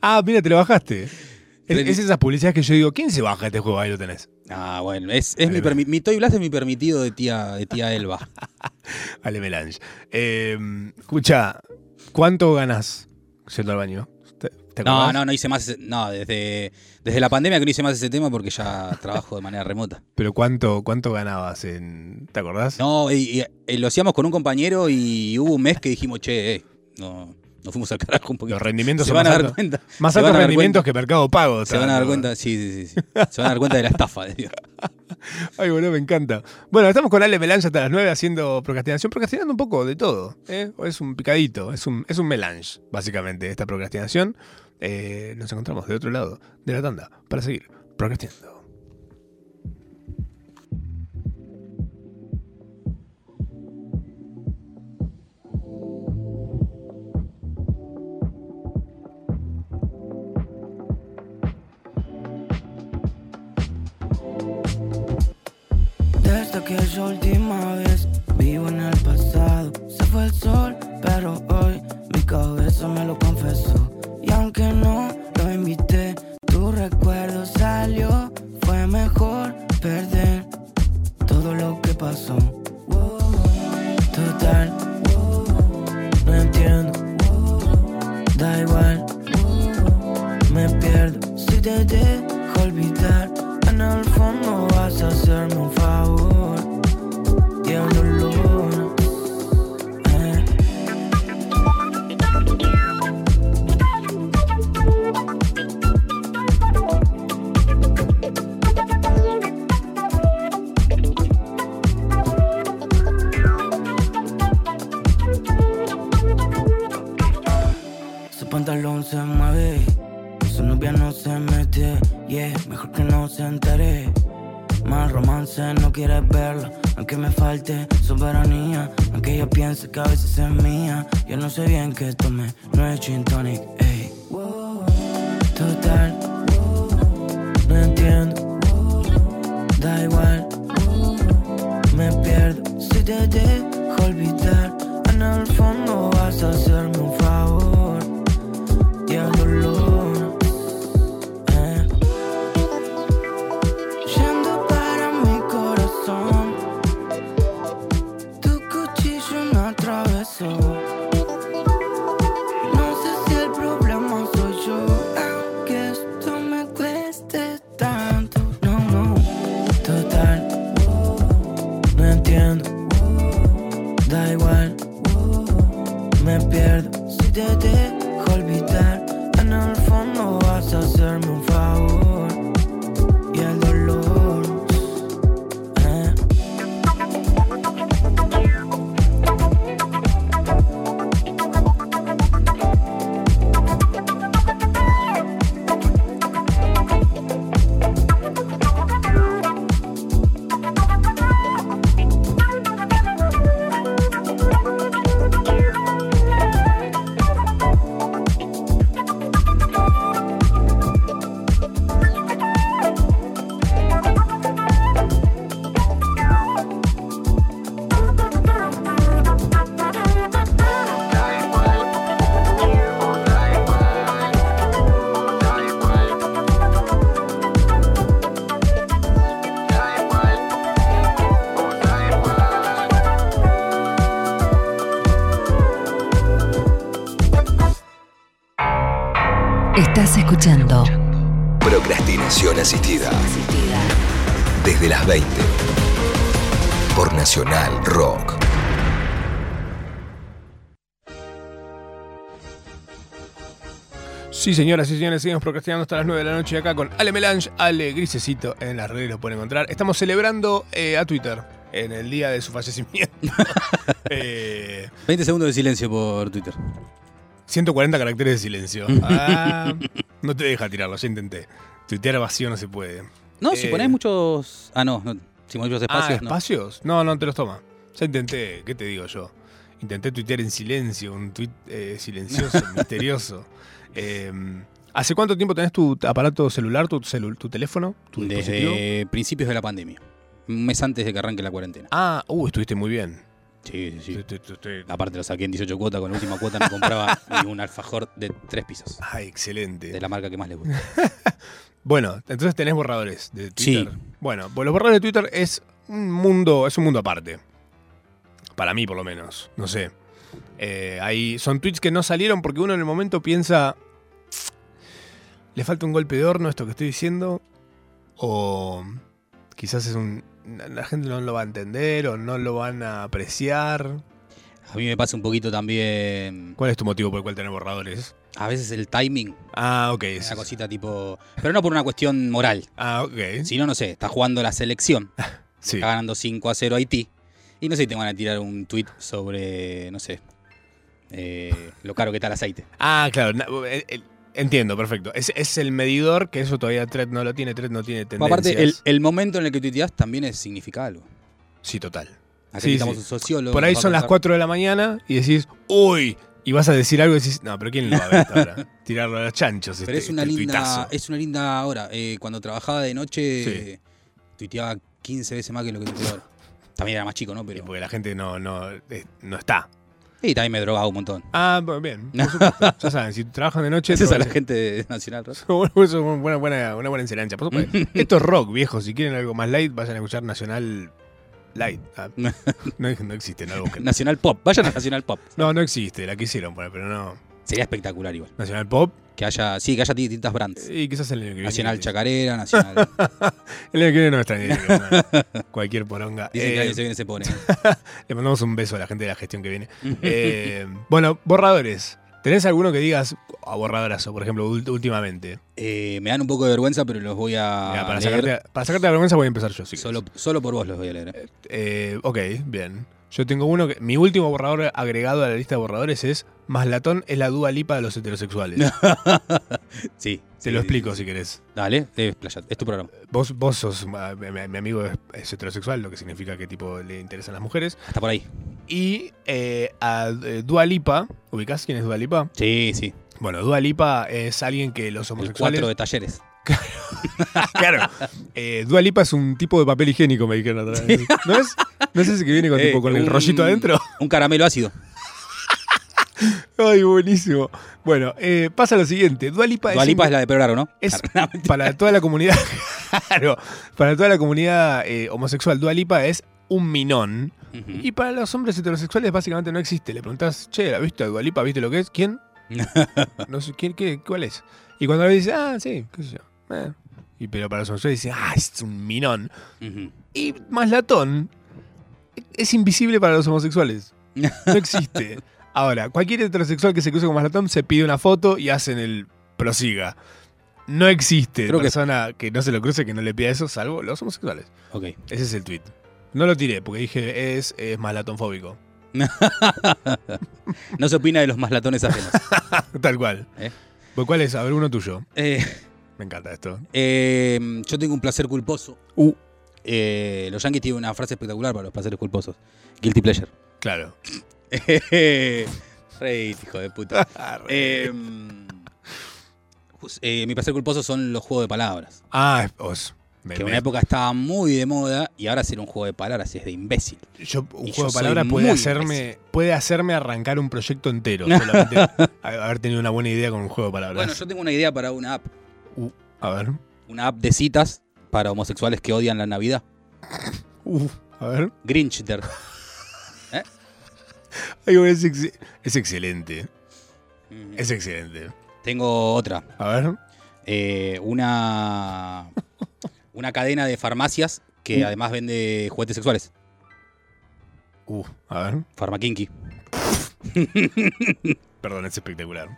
Ah, mira, te lo bajaste. Es, Del- es esas publicidades que yo digo, ¿quién se baja este juego? Ahí lo tenés. Ah, bueno, es, es Ahí mi, va. permi- mi Toy Blast es mi permitido de tía, de tía Elba. Ale Melange. Eh, escucha, ¿cuánto ganas yendo al baño? ¿Te, (laughs) te No, acordás? no, no hice más. ese- No, desde, desde la pandemia que no hice más ese tema porque ya (laughs) trabajo de manera remota. Pero ¿cuánto, cuánto ganabas? En, ¿Te acordás? No, y, y, eh, lo hacíamos con un compañero y hubo un mes que dijimos, che, eh, no, nos fuimos al carajo un poquito. Los rendimientos Se son van a más dar altos. cuenta. Más se van altos a dar rendimientos que Mercado Pago. Se van a dar ¿no? cuenta, sí, sí, (laughs) sí, sí. Se van a dar cuenta de la estafa. digo. Ay, boludo, me encanta. Bueno, estamos con Ale Melange hasta las 9 haciendo procrastinación, procrastinando un poco de todo. ¿eh? O Es un picadito, es un, es un melange, básicamente, esta procrastinación. Eh, nos encontramos de otro lado de la tanda para seguir procrastinando. Desde aquella última vez vivo en el pasado. Se fue el sol, pero hoy mi cabeza me lo confesó. Y aunque no lo invité, tu recuerdo salió. Fue mejor perder todo lo que pasó. Total, no entiendo. Da igual, me pierdo. Si te dejo olvidar, en el fondo vas a hacerme un favor. Y el dolor, eh. Su pantalón se mueve, su novia no se mete, yeah, mejor que no se entere. Más romance no quiere verlo, aunque me falte soberanía, aunque ella piense que a veces es mía. Yo no sé bien qué tomé, no es gin tonic, ey. Total, no entiendo, da igual, me pierdo. Si te dejo olvidar, en el fondo vas a hacerme un favor. Y el dolor, eh. Yendo para mi corazón, tu cuchillo me atravesó. puedes hacerme un favor y el dolor. eh. Estás escuchando Procrastinación asistida. Desde las 20. Por Nacional Rock. Sí, señoras y señores, seguimos procrastinando hasta las 9 de la noche acá con Ale Melange, Ale Grisecito en las redes lo pueden encontrar. Estamos celebrando eh, a Twitter en el día de su fallecimiento. Eh, 20 segundos de silencio por Twitter. 140 caracteres de silencio. Ah, no te deja tirarlo, ya intenté. Tuitear vacío no se puede. No, si Eh. ponés muchos. Ah, no, no, si ponés muchos Ah, espacios. no. ¿espacios? No. no, te los toma. Ya intenté, ¿qué te digo yo? Intenté tuitear en silencio, un tuit eh, (laughs) silencioso, misterioso. Eh, ¿Hace cuánto tiempo tenés tu aparato celular, tu, celu- tu teléfono, tu dispositivo? Desde principios de la pandemia. Un mes antes de que arranque la cuarentena. Ah, uh, estuviste muy bien. Sí, sí, sí. Tu- tu- tu- tu- Aparte lo saqué en 18 cuotas, con la última cuota no compraba ni un alfajor de tres pisos. Ay, Ah, excelente. De la marca que más le gusta. Bueno, entonces tenés borradores de Sí. Twitter. Bueno, pues los borradores de Twitter es un mundo, es un mundo aparte. Para mí, por lo menos. No sé. Eh, hay, son tweets que no salieron porque uno en el momento piensa. ¿Le falta un golpe de horno a esto que estoy diciendo? O quizás es un. La gente no lo va a entender o no lo van a apreciar. A mí me pasa un poquito también. ¿Cuál es tu motivo por el cual tener borradores? A veces el timing. Ah, ok. es- Una cosita tipo. Pero no por una cuestión moral. Ah, ok. Si no, no sé, está jugando la selección. Sí. Está ganando 5 a 0 Haití. Y no sé si te van a tirar un tweet sobre, no sé, eh, lo caro que está el aceite. Ah, claro. na- eh, eh, Entiendo, perfecto. Es, es el medidor, que eso todavía Thread no lo tiene, Thread no tiene tendencias. Aparte, el, el momento en el que tuiteás también es, significa algo. Sí, total. Acá Sí, necesitamos sí. un sociólogo. Por ahí son las 4 de la mañana y decís, uy, y vas a decir algo y decís, no, pero ¿quién lo va a ver esta (laughs) hora? Tirarlo a los chanchos Pero este, es, una este linda, tuitazo. es una linda hora. Eh, cuando trabajaba de noche, Sí. eh, tuiteaba 15 veces más que lo que tuiteo ahora. También era más chico, ¿no? Y Pero. Porque la gente no, no, eh, no está. Y también me drogaba un montón. Ah, bueno, (laughs) bien. por supuesto. ya saben, si trabajan de noche... Gracias a la todo- gente de Nacional Rock. (laughs) Bueno, eso es una buena, buena- una buena enseñanza. Por supuesto. (laughs) Esto es rock, viejo. Si quieren algo más light, vayan a escuchar Nacional Light. (laughs) Ah, no, no existe, no lo busquen. Nacional Pop. Vayan a Nacional Pop. No, no existe, la quisieron poner, pero no. Sería espectacular igual. Nacional Pop Que haya, sí, que haya distintas brands. y quizás el año Eh, que viene. Nacional (laughs) Chacarera, Nacional. El año que viene no extrañaría que pongan (laughs) cualquier poronga. Dicen que el Eh, año se viene se pone. le mandamos un beso a la gente de la gestión que (laughs) viene. Eh, bueno, borradores. ¿Tenés alguno que digas a borradorazo, por ejemplo, ult- últimamente? Eh, me dan un poco de vergüenza, pero los voy Ah, a. Mira, para, leer. sacarte, para sacarte la vergüenza voy a empezar yo, sí. Solo, solo por vos los voy a leer. eh. (laughs) Eh, ok, bien. Yo tengo uno que. Mi último borrador agregado a la lista de borradores es Maslatón es la dúa lipa de los heterosexuales. (laughs) Sí. Te lo explico si querés. Dale, desplayate. Es tu programa. Vos, vos sos. ah, Mi, mi amigo es, es heterosexual, lo que significa que tipo le interesan las mujeres. Hasta por ahí. Y eh, a eh, Dua Lipa, ¿ubicás quién es Dua Lipa? Sí, sí. Bueno, Dua Lipa es alguien que los El homosexuales. (laughs) 4 de talleres. Claro. Eh, Dua Lipa es un tipo de papel higiénico, me dijeron otra (laughs) vez. ¿No es? ¿No es ese que viene con, tipo, Eh, con el un- rollito adentro? (laughs) (laughs) Un caramelo ácido. Ay, buenísimo. Bueno, eh, pasa lo siguiente. Dua Lipa, Dua es, Lipa un- es la de Peroraro, (laughs) ¿no? (laughs) es para toda la comunidad. (laughs) claro. Para toda la comunidad eh, homosexual, Dua Lipa es un minón. Ujú. Y para los hombres heterosexuales básicamente no existe. Le preguntás, che, ¿la viste a Dualipa? ¿Viste lo que es? (laughs) ¿Quién? no sé, ¿quién, qué, ¿cuál es? Y cuando le dice, ah, sí, qué sé yo. eh. Y pero para los homosexuales dice, ah, es un minón. Ujú. Y más latón, es invisible para los homosexuales. No (laughs) existe. Ahora, cualquier heterosexual que se cruce con más latón se pide una foto y hacen el prosiga. No existe Creo que- persona que... no se lo cruce que no le pida eso, salvo los homosexuales. Ok. Ese es el tweet. No lo tiré porque dije es, es más latonfóbico. No se opina de los más (laughs) latones ajenos. Tal cual. ¿eh? Pues, ¿Cuál es? A ver, uno tuyo. Eh, Me encanta esto. eh, yo tengo un placer culposo. Uh, Eh, los Yankees tienen una frase espectacular para los placeres culposos. Guilty pleasure. (laughs) claro. Rey, hijo de puta. Eh, jus- eh, mi placer culposo son los juegos de palabras. Ah, es- os. Me- Que en me- una época estaba muy de moda y ahora ser un juego de palabras es de imbécil. yo- un y juego yo de soy palabras puede muy hacerme, puede hacerme arrancar un proyecto (laughs) entero. Solamente a- haber tenido una buena idea con un juego de palabras. Bueno, yo tengo una idea para una app. Uh, a ver. Una app de citas para homosexuales que odian la Navidad. Uh, a ver. Grinchter. Ay, bueno, es, ex- es excelente. Es excelente. Tengo otra. A ver. eh, (laughs) una, una cadena de farmacias Mm. que además vende juguetes sexuales. Uh, a ver. Farmakinky. Perdón, es espectacular.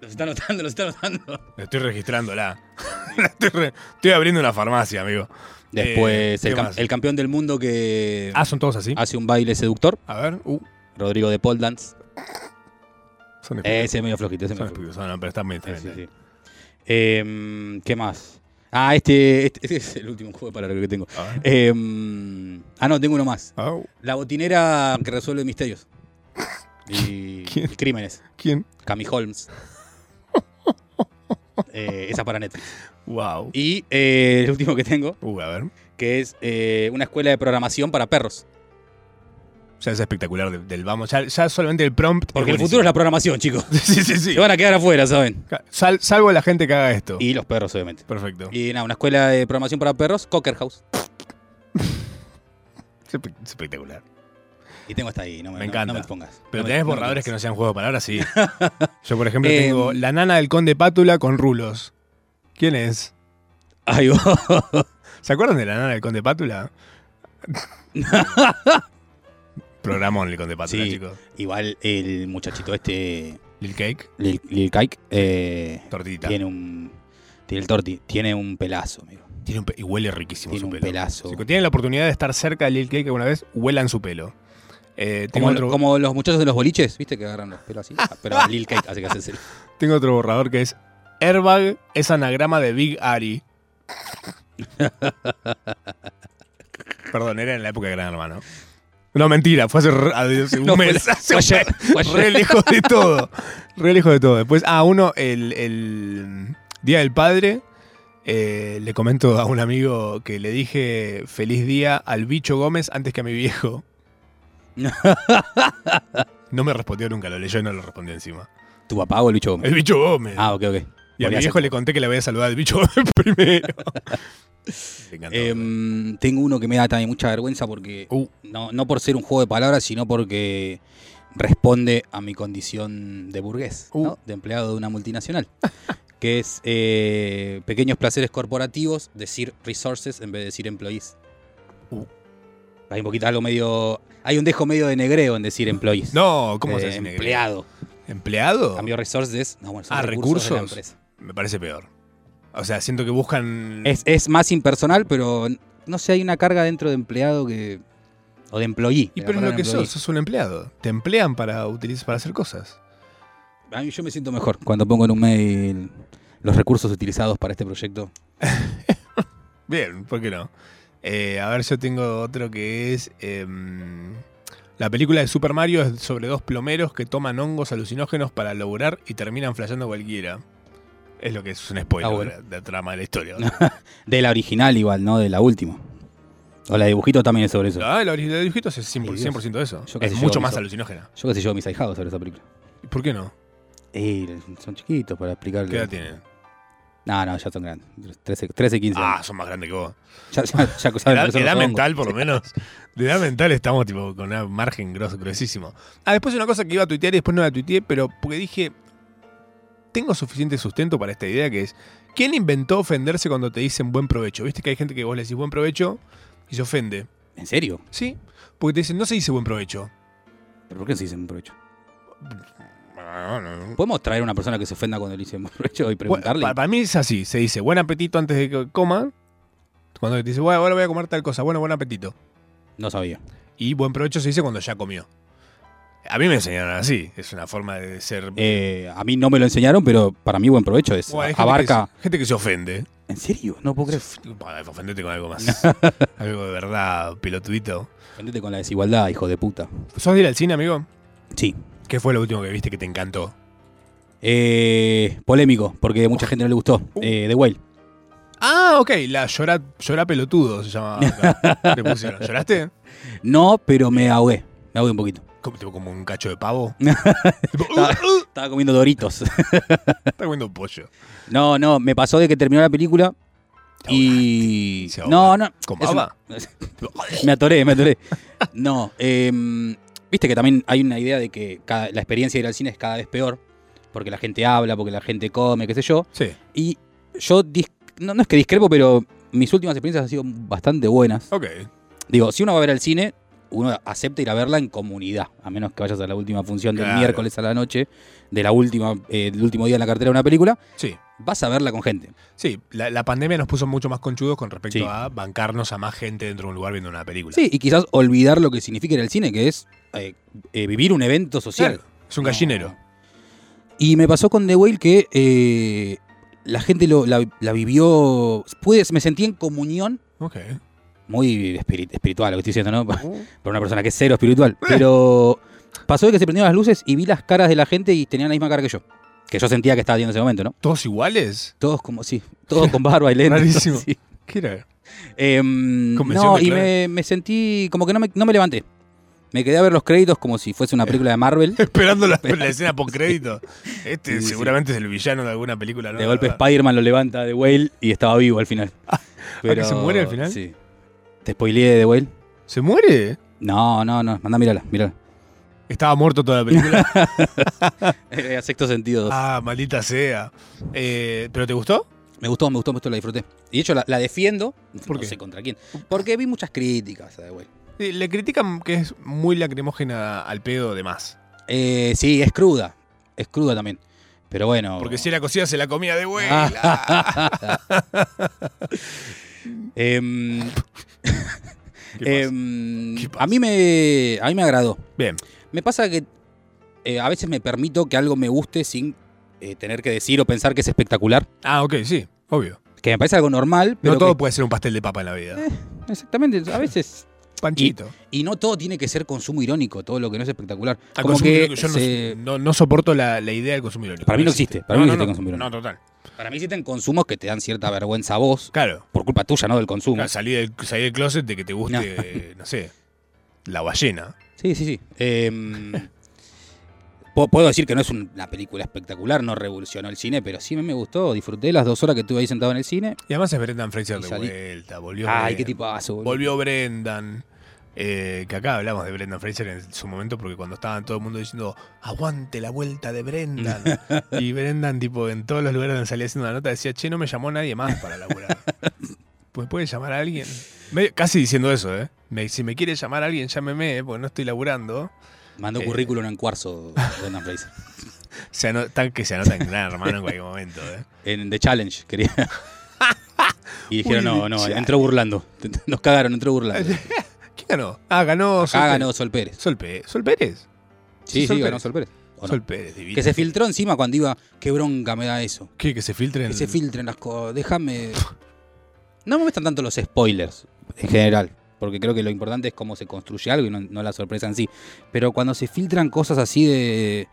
Los está notando, los está notando. La Estoy registrándola. (laughs) La estoy, re- estoy abriendo una farmacia, amigo. Después, Eh, el, ¿qué cam- más? el campeón del mundo que Ah, son todos así. hace un baile seductor, A ver. Uh, Rodrigo de Pole Dance. son espectaculares. Ese es medio flojito, ese es Son medio flojito. espectaculares. No, pero están bien, están Eh, sí, bien. sí. Em, ¿Qué más? Ah, este, este, (laughs) este es el último juego de palabras que tengo. A ver. Em, ah, no, tengo uno más. Au. La botinera que (laughs) resuelve misterios. Y, ¿Quién? y crímenes. ¿Quién? Cami (laughs) Holmes. Eh, esa para Netflix. Wow. Y eh, el último que tengo, Uh, a ver. que es eh, una escuela de programación para perros. Ya es espectacular del, del vamos. Ya, ya solamente el prompt. Porque el futuro es la programación, chicos. la. (laughs) Sí, sí, sí. Se van a quedar afuera, ¿saben? Sal- salvo la gente que haga esto. Y los perros, obviamente. Perfecto. Y nada, una escuela de programación para perros, Cocker House. Es espe- es espectacular. Y tengo hasta ahí, no me, Me no- encanta. no me pongas. Pero tenés borradores que no sean juegos de palabras, (laughs) sí. Yo, por ejemplo, Eh, tengo La nana del conde Pátula con rulos. ¿Quién es? Ay, vos. ¿Se acuerdan de La nana del conde (laughs) Pátula? Programón el conde Pátula, Sí. chicos. (laughs) Igual el muchachito este, Lil Cake, Lil, Lil Kike, eh, tortita. tiene un. Tiene el torti, tiene un pelazo, amigo. Tiene un pe- y huele riquísimo Tiene su un pelo. pelazo. Si tienen la oportunidad de estar cerca de Lil Cake alguna vez, huelan su pelo. Eh, tengo, Como, otro, como los muchachos de los boliches, ¿viste? Que agarran los pelos así. (laughs) Ah, Pero a Lil Cake hace que haces el. tengo otro borrador que es Airbag es anagrama de Big Ari. Perdón, era en la época de Gran Hermano. No, mentira, fue hace, re- hace un (laughs) No, fue mes. la- hace fue un ayer, mes. fue ayer. Re lejos de todo. Re lejos de todo. Después, ah, uno, el, el Día del Padre, eh, le comento a un amigo que le dije feliz día al bicho Gómez antes que a mi viejo. (laughs) No me respondió nunca, lo leyó y no lo respondió encima. ¿Tu papá o el bicho Gómez? El bicho Gómez. Ah, ok, Eh, ok. y a mi Podría viejo ser. le conté que le había saludado al bicho (laughs) Gómez (laughs) primero. Me encantó. Em, tengo uno que me da también mucha vergüenza porque. Uh. No, no por ser un juego de palabras, sino porque responde a mi condición de burgués, Uh. ¿no? de empleado de una multinacional. (laughs) que es eh, pequeños placeres corporativos, decir resources en vez de decir employees. Uh. Hay un poquito algo medio. Hay un dejo medio de negreo en decir employees. no, ¿cómo Eh, se hace negro? Empleado. ¿Empleado? Cambio resources. No, bueno, son Ah, recursos. de la recursos. empresa. Me parece peor. O sea, siento que buscan. Es, es más impersonal, pero no sé, hay una carga dentro de empleado que. O de employee. y de la pero es lo palabra que employee. sos, sos un empleado. Te emplean para utilizar, para hacer cosas. A mí yo me siento mejor cuando pongo en un mail los recursos utilizados para este proyecto. Bien, ¿por qué no? Eh, a ver, yo tengo otro que es. em, la película de Super Mario es sobre dos plomeros que toman hongos alucinógenos para laburar y terminan flasheando cualquiera. Es lo que es un spoiler Ah, bueno. de, la, de la trama de la historia. De la original igual, ¿no? De la última. O la de dibujito también es sobre eso. Ah, la original de dibujitos es 100%, Ay, Dios. 100 de eso. Yo Es casi mucho llevo más mis- alucinógena. Yo qué sé yo, mis ahijados sobre esa película. ¿Por qué no? Eh, son chiquitos para explicarle. ¿Qué edad tienen? No, no, ya son grandes. 13, 13 15 Ah, años. son más grandes que vos. Ya, ya, ya (laughs) saben lo edad, que son los edad hongos. mental, (laughs) por lo menos. De edad mental estamos tipo con un margen gros, gruesísimo. Ah, después una cosa que iba a tuitear y después no la tuiteé, pero porque dije. Tengo suficiente sustento para esta idea que es. ¿Quién inventó ofenderse cuando te dicen buen provecho? Viste que hay gente que vos le decís buen provecho y se ofende. ¿En serio? ¿Sí? Porque te dicen, no se dice buen provecho. ¿Pero por qué no se dicen provecho? no, Ah, no, no. ¿Podemos traer a una persona que se ofenda cuando le dicen borracho y preguntarle? Para, para mí es así, se dice buen apetito antes de que coma. Cuando te dice, bueno, ahora voy a comer tal cosa, bueno, buen apetito. No sabía. Y buen provecho se dice cuando ya comió. A mí me enseñaron así, es una forma de ser... Eh, a mí no me lo enseñaron, pero para mí buen provecho es. Bueno, hay gente abarca. que se- gente que se ofende. ¿En serio? No puedo creer. Para ofenderte con algo (laughs) más. algo de verdad, pelotudito. Vendete con la desigualdad, hijo de puta. ¿Sos de ir al cine, amigo? Sí. ¿Qué fue lo último que viste que te encantó? Eh, polémico, porque mucha gente no le gustó. Eh, The Whale. Ah, ok, la llora, llora pelotudo se llama. (laughs) acá. Te pusieron. ¿Lloraste? No, pero me ahogué. Me ahogué un poquito. Como, tipo, como un cacho de (laughs) pavo. "Uh, Estaba, estaba comiendo doritos. (laughs) Está comiendo un pollo. No, no, me pasó de que terminó la película y. se No, no. ¿Con es baba? una- (laughs) me atoré, me atoré. No, em, viste que también hay una idea de que cada- la experiencia de ir al cine es cada vez peor, porque la gente habla, porque la gente come, qué sé yo. Sí. Y yo, dis- no, no es que discrepo, pero mis últimas experiencias han sido bastante buenas. Ok. Digo, si uno va a ver al cine, uno acepta ir a verla en comunidad, a menos que vayas a la última función del Claro. miércoles a la noche, de la última, eh, del último día en la cartera de una película, Sí. vas a verla con gente. Sí, la, la pandemia nos puso mucho más conchudos con respecto Sí. a bancarnos a más gente dentro de un lugar viendo una película. Sí, y quizás olvidar lo que significa ir al cine, que es eh, eh, vivir un evento social. Claro, Es un gallinero. No. Y me pasó con The Whale que eh, la gente lo, la, la vivió. pude- me sentí en comunión, Ok. muy espiri- espiritual, lo que estoy diciendo, ¿no? Para una persona que es cero Eh. espiritual. Pero pasó de que se prendieron las luces y vi las caras de la gente y tenían la misma cara que yo. Que yo sentía que estaba teniendo en ese momento, ¿no? ¿Todos iguales? Todos como, sí, todos con barba y lentes. Rarísimo. sí. ¿Qué era? (laughs) Em, Convención no, de y Clara. me, me sentí como que no me, no me levanté. Me quedé a ver los créditos como si fuese una película (laughs) de Marvel. Esperando la, la escena por crédito. Este Sí, sí. seguramente es el villano de alguna película. ¿no? De golpe ¿Verdad? Spider-Man lo levanta de Whale y estaba vivo al final. que se muere al final? Sí. ¿Te spoileé de Whale? ¿Se muere? No, no, no. Mandá, mírala, mírala. (laughs) Estaba muerto toda la película. Eh, a sexto sentido. dos. ah, maldita sea. Eh, ¿Pero te gustó? Me gustó, me gustó, me gustó, la disfruté. Y de hecho la, la defiendo. ¿Por no qué? sé contra quién. Porque vi muchas críticas a The Whale. Sí, Eh, Le critican que es muy lacrimógena al pedo de más. Eh, sí, es cruda. Es cruda también. Pero bueno. Porque si era cocida se la comía de güey. Ah, (laughs) Em, em, ¿Qué a mí me. A mí me agradó. Bien. Me pasa que eh, a veces me permito que algo me guste sin eh, tener que decir o pensar que es espectacular. Ah, ok, sí, obvio. Que me parece algo normal, pero. Eh, No todo que- puede ser un pastel de papa en la vida. exactamente, a veces. Panchito. Y no todo tiene que ser consumo irónico, todo lo que no es espectacular. Al Como consumo que irónico, yo no- se- no, no soporto la, la idea del consumidor. Para mí no existe, para mí no existe el consumo No, irónico. total. Para mí existen consumos que te dan cierta vergüenza a vos, Claro. por culpa tuya, no del consumo. Claro, salí, del, salí del closet de que te guste, (laughs) no, sé, la ballena. Sí, sí, sí. Em, (laughs) po- puedo decir que no es una película espectacular, no revolucionó el cine, pero sí me gustó, disfruté las dos horas que estuve ahí sentado en el cine. Y además es Brendan Fraser Y de salí- vuelta. Volvió Ay, Brendan. qué tipazo. boludo. Volvió Brendan. eh, que acá hablamos de Brendan Fraser en su momento porque cuando estaban todo el mundo diciendo aguante la vuelta de (laughs) Brendan y Brendan tipo en todos los lugares donde salía haciendo la nota decía che no me llamó nadie más para (laughs) laburar pues puede llamar a alguien Me- casi diciendo eso eh Me- si me quiere llamar alguien llámeme eh, porque no estoy laburando Mandó Eh. currículum en cuarzo, Brendan Fraser. se anotan que se anotan en nada hermano en cualquier momento eh. En The Challenge, (laughs) quería. Y dijeron, Uy, no, no, The entró burlando. (laughs) Nos cagaron, (laughs) entró burlando. ¿quién ganó? ah ganó Sol Ah, ganó Pérez. Sol Pérez. Sol, Pe- Sol Pérez Sí, sí, Sol ganó Pérez. Sol Pérez. ¿O no? Sol Pérez divino Que se filtró encima cuando iba, qué bronca me da eso. ¿Qué? que se filtren Que se filtren las (laughs) cosas, déjame... No me gustan tanto los spoilers, en general, porque creo que lo importante es cómo se construye algo y no, no la sorpresa en sí. Pero cuando se filtran cosas así de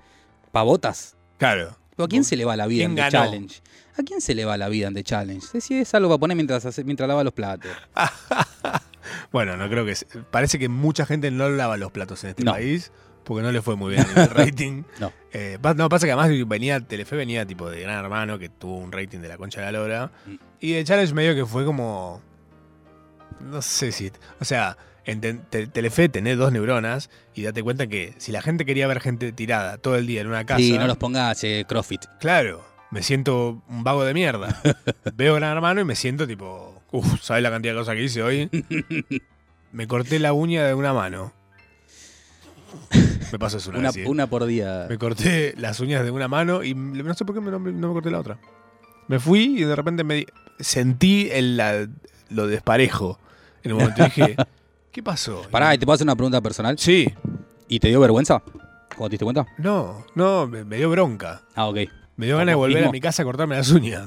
pavotas, claro ¿a quién se le va la vida ¿Quién en The ganó? Challenge? ¿A quién se le va la vida en The Challenge? Si es algo para poner mientras, hace- mientras lava los platos. Bueno, no creo que. se- Parece que mucha gente no lava los platos en este No. país porque no le fue muy bien (laughs) el rating. No. Eh, pa- no, pasa que además venía, Telefe venía tipo de Gran Hermano que tuvo un rating de la concha de la lora. Mm. Y de Challenge medio que fue como. No sé si. O sea, en te- te- Telefe tenés dos neuronas y date cuenta que si la gente quería ver gente tirada todo el día en una casa. Sí, no los pongas eh, CrossFit. Claro, me siento un vago de (laughs) mierda. Veo Gran Hermano y me siento tipo, uff, ¿sabes la cantidad de cosas que hice (laughs) hoy? Me corté la uña de una mano. Me pasó eso una, Una, vez, sí. ¿eh? una por día. Me corté las uñas de una mano y no sé por qué me- no, me- no me corté la otra. Me fui y de repente me di- sentí el, la- lo desparejo. En un momento (laughs) dije, ¿qué pasó? Pará, ¿y ¿te puedo hacer una pregunta personal? Sí, ¿Y te dio vergüenza? ¿Cuando te diste cuenta? no, no, me, me dio bronca. Ah, ok. (laughs) Me dio ganas de volver mismo? a mi casa a cortarme las uñas.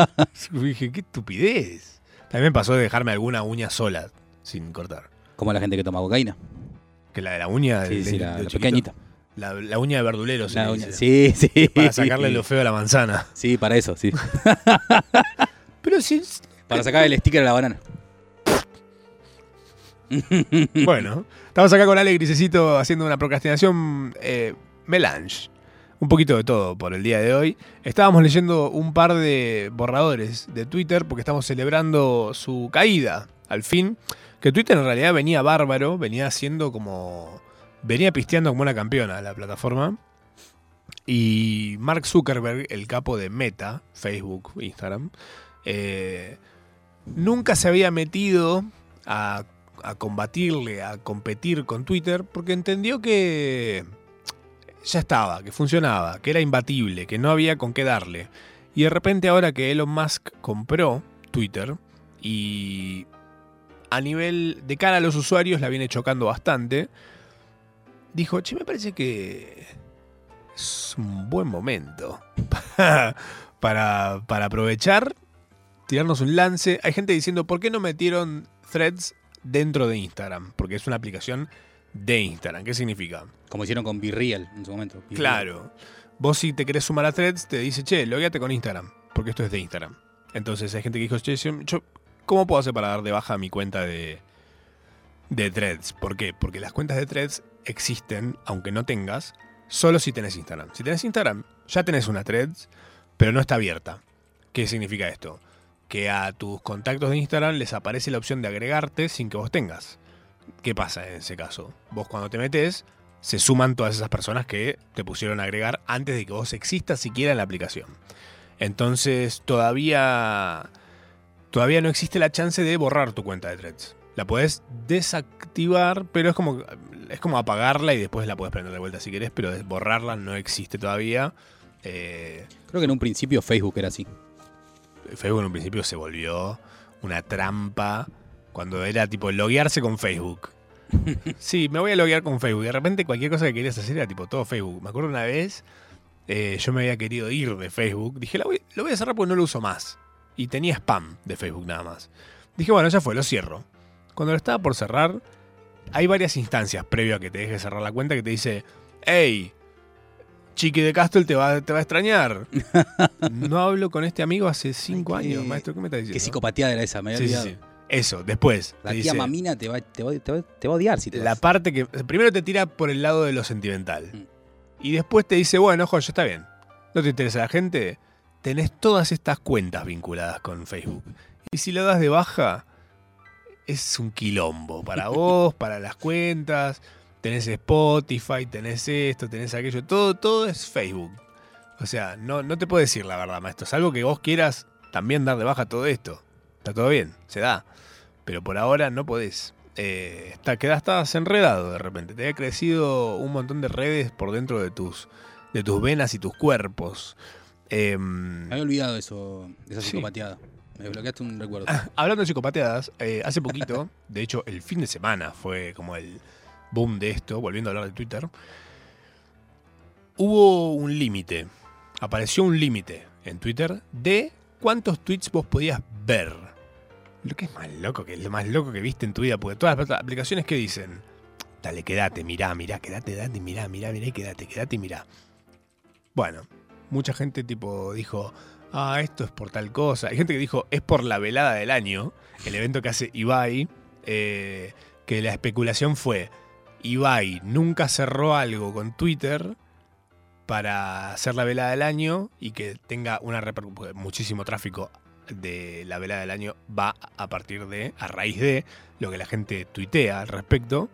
(laughs) dije, qué estupidez. También me pasó de dejarme alguna uña sola, sin cortar. Como la gente que toma cocaína. Que la de la uña, Sí, de- sí, de- la, de la chiquito. pequeñita. La, la uña de verdulero, se La le uña- dice. Sí, sí. (laughs) Para sacarle lo feo a la manzana. Sí, para eso, sí. Pero sí. Para sacar el sticker a la banana. Bueno, estamos acá con Ale Grisecito haciendo una procrastinación eh, melange. Un poquito de todo por el día de hoy. Estábamos leyendo un par de borradores de Twitter porque estamos celebrando su caída, al fin. Que Twitter en realidad venía bárbaro, venía haciendo como. venía pisteando como una campeona la plataforma. Y Mark Zuckerberg, el capo de Meta, Facebook, Instagram, eh, nunca se había metido a a combatirle, a competir con Twitter, porque entendió que ya estaba, que funcionaba, que era imbatible, que no había con qué darle. Y de repente ahora que Elon Musk compró Twitter y a nivel de cara a los usuarios la viene chocando bastante, dijo, che, me parece que es un buen momento (laughs) para, para, para aprovechar, tirarnos un lance. Hay gente diciendo, ¿por qué no metieron threads dentro de Instagram? Porque es una aplicación de Instagram. ¿Qué significa? Como hicieron con Virreal en su momento. Be Real. Claro. Vos si te querés sumar a Threads, te dice, che, logueate con Instagram, porque esto es de Instagram. Entonces hay gente que dijo, che, yo, yo- ¿cómo puedo hacer para dar de baja mi cuenta de, de Threads? ¿Por qué? Porque las cuentas de Threads existen, aunque no tengas, solo si tenés Instagram. Si tenés Instagram, ya tenés una Threads, pero no está abierta. ¿Qué significa esto? Que a tus contactos de Instagram les aparece la opción de agregarte sin que vos tengas. ¿Qué pasa en ese caso? Vos cuando te metes, se suman todas esas personas que te pusieron a agregar antes de que vos existas siquiera en la aplicación. Entonces todavía todavía no existe la chance de borrar tu cuenta de Threads. La podés desactivar, pero es como es como apagarla y después la podés prender de vuelta si querés, pero des- borrarla no existe todavía. Eh, Creo que en un principio Facebook era así. Facebook en un principio se volvió una trampa cuando era tipo loguearse con Facebook. Sí, me voy a loguear con Facebook. De repente cualquier cosa que querías hacer era tipo todo Facebook. Me acuerdo una vez, eh, yo me había querido ir de Facebook. Dije, "La voy- lo voy a cerrar porque no lo uso más. Y tenía spam de Facebook nada más. Dije, bueno, ya fue, lo cierro. Cuando lo estaba por cerrar, hay varias instancias previo a que te dejes cerrar la cuenta que te dice, hey, Chiqui de Castle te va, te va a extrañar. no hablo con este amigo hace cinco qué- años, maestro. ¿Qué me estás diciendo? Qué psicopateada era esa, me había Sí, sí, olvidado. sí. Eso, después. te La tía dice, mamina te va, te, va, te va- te va a odiar si te la vas. parte que. Primero te tira por el lado de lo sentimental. Mm. Y después te dice, bueno, ojo, ya está bien. No te interesa la gente. Tenés todas estas cuentas vinculadas con Facebook. Y si lo das de baja, es un quilombo. (laughs) Para vos, para las cuentas. Tenés Spotify, tenés esto, tenés aquello. Todo, todo es Facebook. O sea, no, no te puedo decir la verdad, maestro. Salvo que vos quieras también dar de baja todo esto. Está todo bien, se da. Pero por ahora no podés. Eh, está, quedás, estás enredado de repente. Te ha crecido un montón de redes por dentro de tus, de tus venas y tus cuerpos. Em, Me había olvidado eso, de esa Sí. Ah. psicopateada. Me bloqueaste un recuerdo. (coughs) Hablando de psicopateadas, eh, hace poquito, de hecho el fin de semana fue como el boom de esto, volviendo a hablar de Twitter, hubo un límite, apareció un límite en Twitter de cuántos tweets vos podías ver. Lo que es más loco, que es lo más loco que viste en tu vida, porque todas las aplicaciones que dicen, dale, quédate, mirá, mirá, quédate, date, mirá, mirá, mirá y quédate, quédate y mirá. Bueno, mucha gente tipo dijo, ah, esto es por tal cosa. Hay gente que dijo, es por la velada del año, el evento que hace Ibai, eh, que la especulación fue, Ibai nunca cerró algo con Twitter para hacer la velada del año y que tenga una repercu- porque muchísimo tráfico de la velada del año va a partir de, a raíz de lo que la gente tuitea al respecto.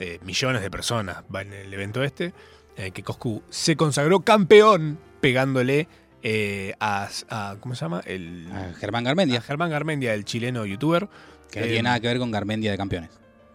Eh, millones de personas van en el evento este, en el que Coscu se consagró campeón pegándole eh, a, a- ¿Cómo se llama? El, Ah, Germán a Garmendia, Germán Garmendia, el chileno youtuber. que no Eh, tiene nada que ver con Garmendia de campeones.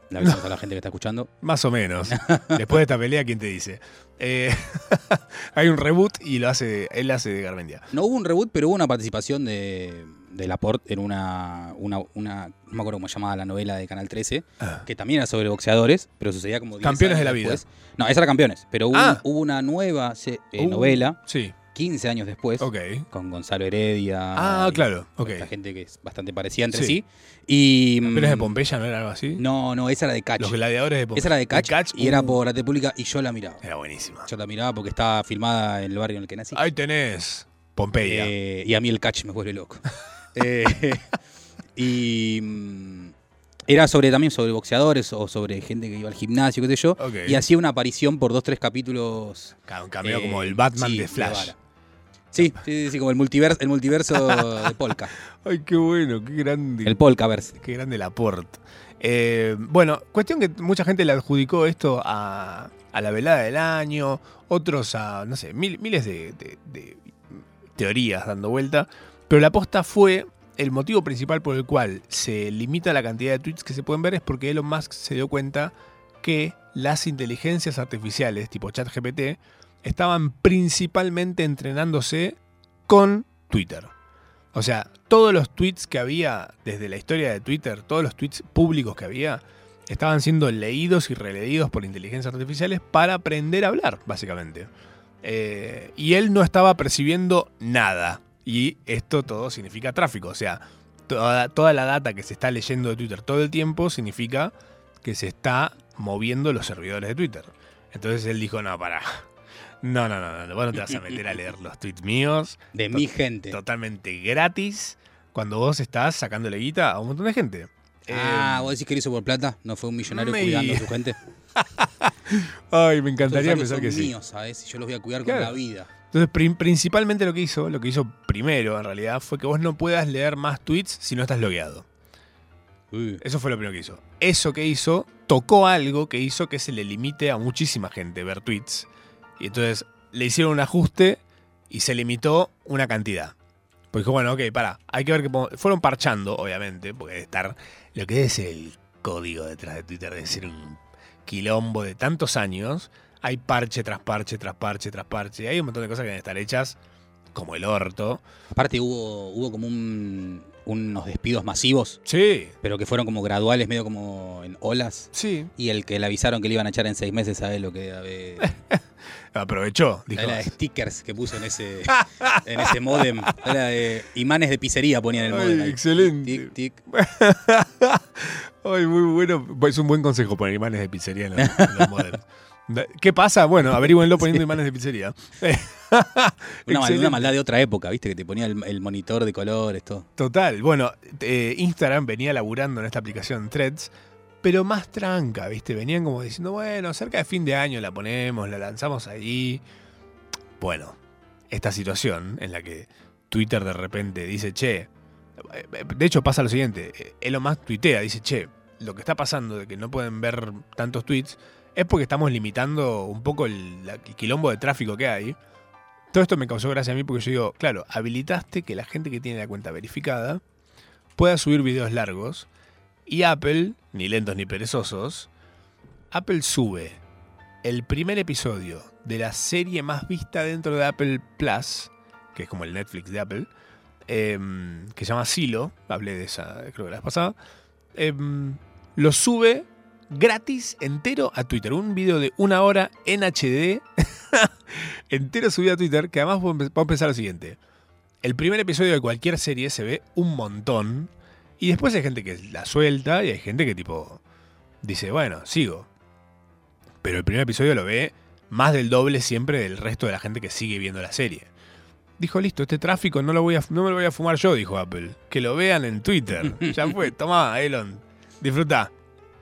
Le avisamos a la gente que está escuchando. Más o menos. Después de esta pelea, ¿quién te dice? Eh, (laughs) hay un reboot y lo hace, él hace de Garmendia. No hubo un reboot, pero hubo una participación de, de Laporte en una, una, una- No me acuerdo cómo se llamaba la novela de Canal 13, que también era sobre boxeadores, pero sucedía como. 10 Campeones años de la vida. después. No, esa era campeones, pero hubo, Ah. hubo una nueva se- eh, Uh, novela Sí, 15 años después. ok. Con Gonzalo Heredia. Ah, y claro, ok. Esta gente que es bastante parecida entre Sí. sí. Y. ¿Campeones de mm, Pompeya no era algo así? No, no, esa era de Catch. Los gladiadores de Pompeya. Esa era de Catch, y uh, era por la pública y yo la miraba. Era buenísima. Yo la miraba porque estaba filmada en el barrio en el que nací. Ahí tenés Pompeya. Eh, y a mí el catch me vuelve (laughs) loco. Eh, (laughs) y mm, era sobre también sobre boxeadores o sobre gente que iba al gimnasio, qué sé yo. Ok. Y hacía una aparición por dos, tres capítulos. Claro, un cameo eh, como el Batman sí, de Flash. vara. Sí, sí, sí, sí, como el multiverso, (laughs) el multiverso de Polka. Ay, qué bueno, qué grande. El Polkaverse. Qué grande Laporte. Eh, bueno, cuestión que mucha gente le adjudicó esto a, a la velada del año, otros a, no sé, mil- miles de, de- de teorías dando vuelta, pero la posta fue el motivo principal por el cual se limita la cantidad de tweets que se pueden ver es porque Elon Musk se dio cuenta que las inteligencias artificiales tipo ChatGPT estaban principalmente entrenándose con Twitter. O sea, todos los tweets que había desde la historia de Twitter, todos los tweets públicos que había, estaban siendo leídos y releídos por inteligencias artificiales para aprender a hablar, básicamente. Eh, y él no estaba percibiendo nada. Y esto todo significa tráfico. O sea, toda, toda la data que se está leyendo de Twitter todo el tiempo significa que se está moviendo los servidores de Twitter. Entonces él dijo, no, para. No, no, no, no, vos no te vas a meter a leer los tweets míos De mi gente. totalmente gratis cuando vos estás sacándole guita a un montón de gente. Ah, Eh, vos decís que lo hizo por plata, no fue un millonario me- cuidando a su gente. Ay, me Estos encantaría usuarios pensar son que sí. míos, ¿sabes? Y yo los voy a cuidar Claro. con la vida. Entonces, prin- principalmente lo que hizo, lo que hizo primero en realidad, fue que vos no puedas leer más tweets si no estás logueado. Uh. Eso fue lo primero que hizo. Eso que hizo tocó algo que hizo que se le limite a muchísima gente ver tweets. Y entonces le hicieron un ajuste y se limitó una cantidad. Pues dijo, bueno, ok, para, hay que ver que fueron parchando, obviamente, porque debe estar lo que es el código detrás de Twitter debe ser un quilombo de tantos años. Hay parche tras parche, tras parche, tras parche. Hay un montón de cosas que deben estar hechas como el orto. Aparte hubo, hubo como un- unos despidos masivos Sí, pero que fueron como graduales, medio como en olas. sí. Y el que le avisaron que le iban a echar en seis meses, ¿sabes lo que eh, Aprovechó, dijo. Era de stickers que puso en ese, en ese modem. Era de imanes de pizzería ponían el Ay, modem. ahí. excelente. Tic, tic. (laughs) Ay, muy bueno. Es un buen consejo poner imanes de pizzería en los, en los modems. Da- ¿Qué pasa? Bueno, averígüenlo poniendo imanes de pizzería. Una, mal- una (laughs) Excelente. maldad de otra época, ¿viste? Que te ponía el, el monitor de colores, todo. Total. Bueno, eh, Instagram venía laburando en esta aplicación Threads, pero más tranca, ¿viste? Venían como diciendo, bueno, cerca de fin de año la ponemos, la lanzamos ahí. Bueno, esta situación en la que Twitter de repente dice, che, eh, de hecho pasa lo siguiente, eh, Elon Musk tuitea, dice, che, lo que está pasando de que no pueden ver tantos tweets es porque estamos limitando un poco el, la- el quilombo de tráfico que hay. Todo esto me causó gracia a mí porque yo digo, claro, habilitaste que la gente que tiene la cuenta verificada pueda subir videos largos y Apple, ni lentos ni perezosos, Apple sube el primer episodio de la serie más vista dentro de Apple Plus, que es como el Netflix de Apple, em, que se llama Silo, hablé de esa creo que la vez pasada, em, lo sube gratis entero a Twitter, un video de una hora en HD entero subido a Twitter, que además vamos a pensar lo siguiente. El primer episodio de cualquier serie se ve un montón y después hay gente que la suelta y hay gente que tipo dice, bueno, sigo. Pero el primer episodio lo ve más del doble siempre del resto de la gente que sigue viendo la serie. Dijo, listo, este tráfico no, lo voy a, no me lo voy a fumar yo, dijo Apple. Que lo vean en Twitter. Ya fue, tomá, Elon. Disfruta.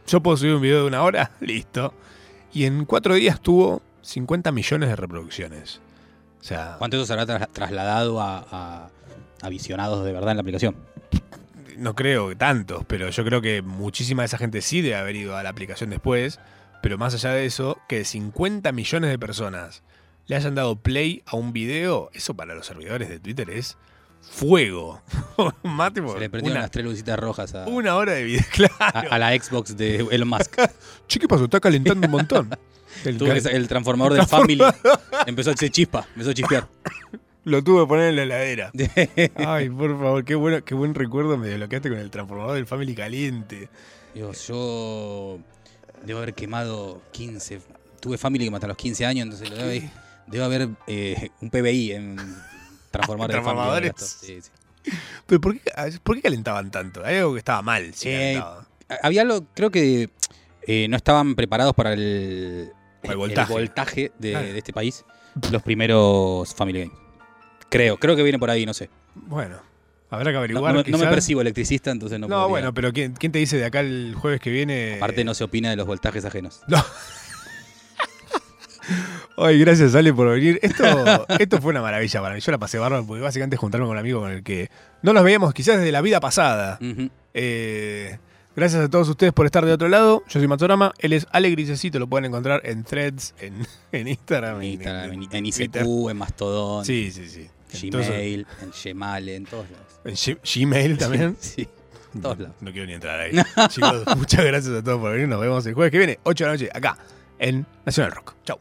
Yo puedo subir un video de una hora, (laughs) listo. Y en cuatro días tuvo 50 millones de reproducciones. O sea, ¿Cuánto eso se habrá tra- trasladado a, a- a visionados de verdad en la aplicación? no creo que tantos, pero yo creo que muchísima de esa gente sí debe haber ido a la aplicación después. Pero más allá de eso, que 50 millones de personas le hayan dado play a un video, eso para los servidores de Twitter es fuego. (laughs) Matemos Se le perdieron una, las tres lucecitas rojas a, una hora de vida, (laughs) claro. a- a la Xbox de (laughs) Elon Musk. Ah. Che, ¿qué pasó? Está calentando un montón. (laughs) El Tuvo cal- que sa- el transformador del Family empezó a hacer chispa, empezó a chispear. (laughs) Lo tuve que poner en la (laughs) heladera. Ay, por favor, qué, bueno, qué buen recuerdo me desbloqueaste con el transformador del Family Caliente. Digo, yo debo haber quemado 15. Tuve Family que hasta los 15 años, entonces lo debo, haber- debo haber eh, un PBI en transformador de Family. Transformadores. gasto. Sí, sí. Pero ¿por qué, ah, por qué calentaban tanto? Hay algo que estaba mal. Si Eh, calentaba. Ha- Había lo, creo que eh, no estaban preparados para el, Para el voltaje. voltaje de, Claro. de este país los primeros Family Games. Creo, creo que viene por ahí, no sé. Bueno, habrá que No, averiguar. no me- no me quizás. percibo electricista, entonces no, No, podría. bueno, eh, pero ¿quién, quién te dice de acá el jueves que viene? Aparte no se opina de los voltajes ajenos. No. Ay, gracias, Ale, por venir. Esto, (laughs) esto fue una maravilla para mí. Yo la pasé bárbaro porque básicamente es juntarme con un amigo con el que no nos veíamos quizás desde la vida pasada. Ujú. Eh, gracias a todos ustedes por estar de otro lado. Yo soy Matsorama, él es Ale Grisecito, lo pueden encontrar en threads, en, (laughs) en Instagram. En Instagram, en, en ICQ, Twitter. en Mastodon, Sí, sí, sí. En todos- Gmail, en Gmail, en todos (laughs) lados. en G- Gmail también. Sí, en todos lados. No quiero ni entrar ahí. Chicos, muchas gracias a todos por venir. Nos vemos el jueves que viene, 8 de la noche, acá, en Nacional Rock. Chau.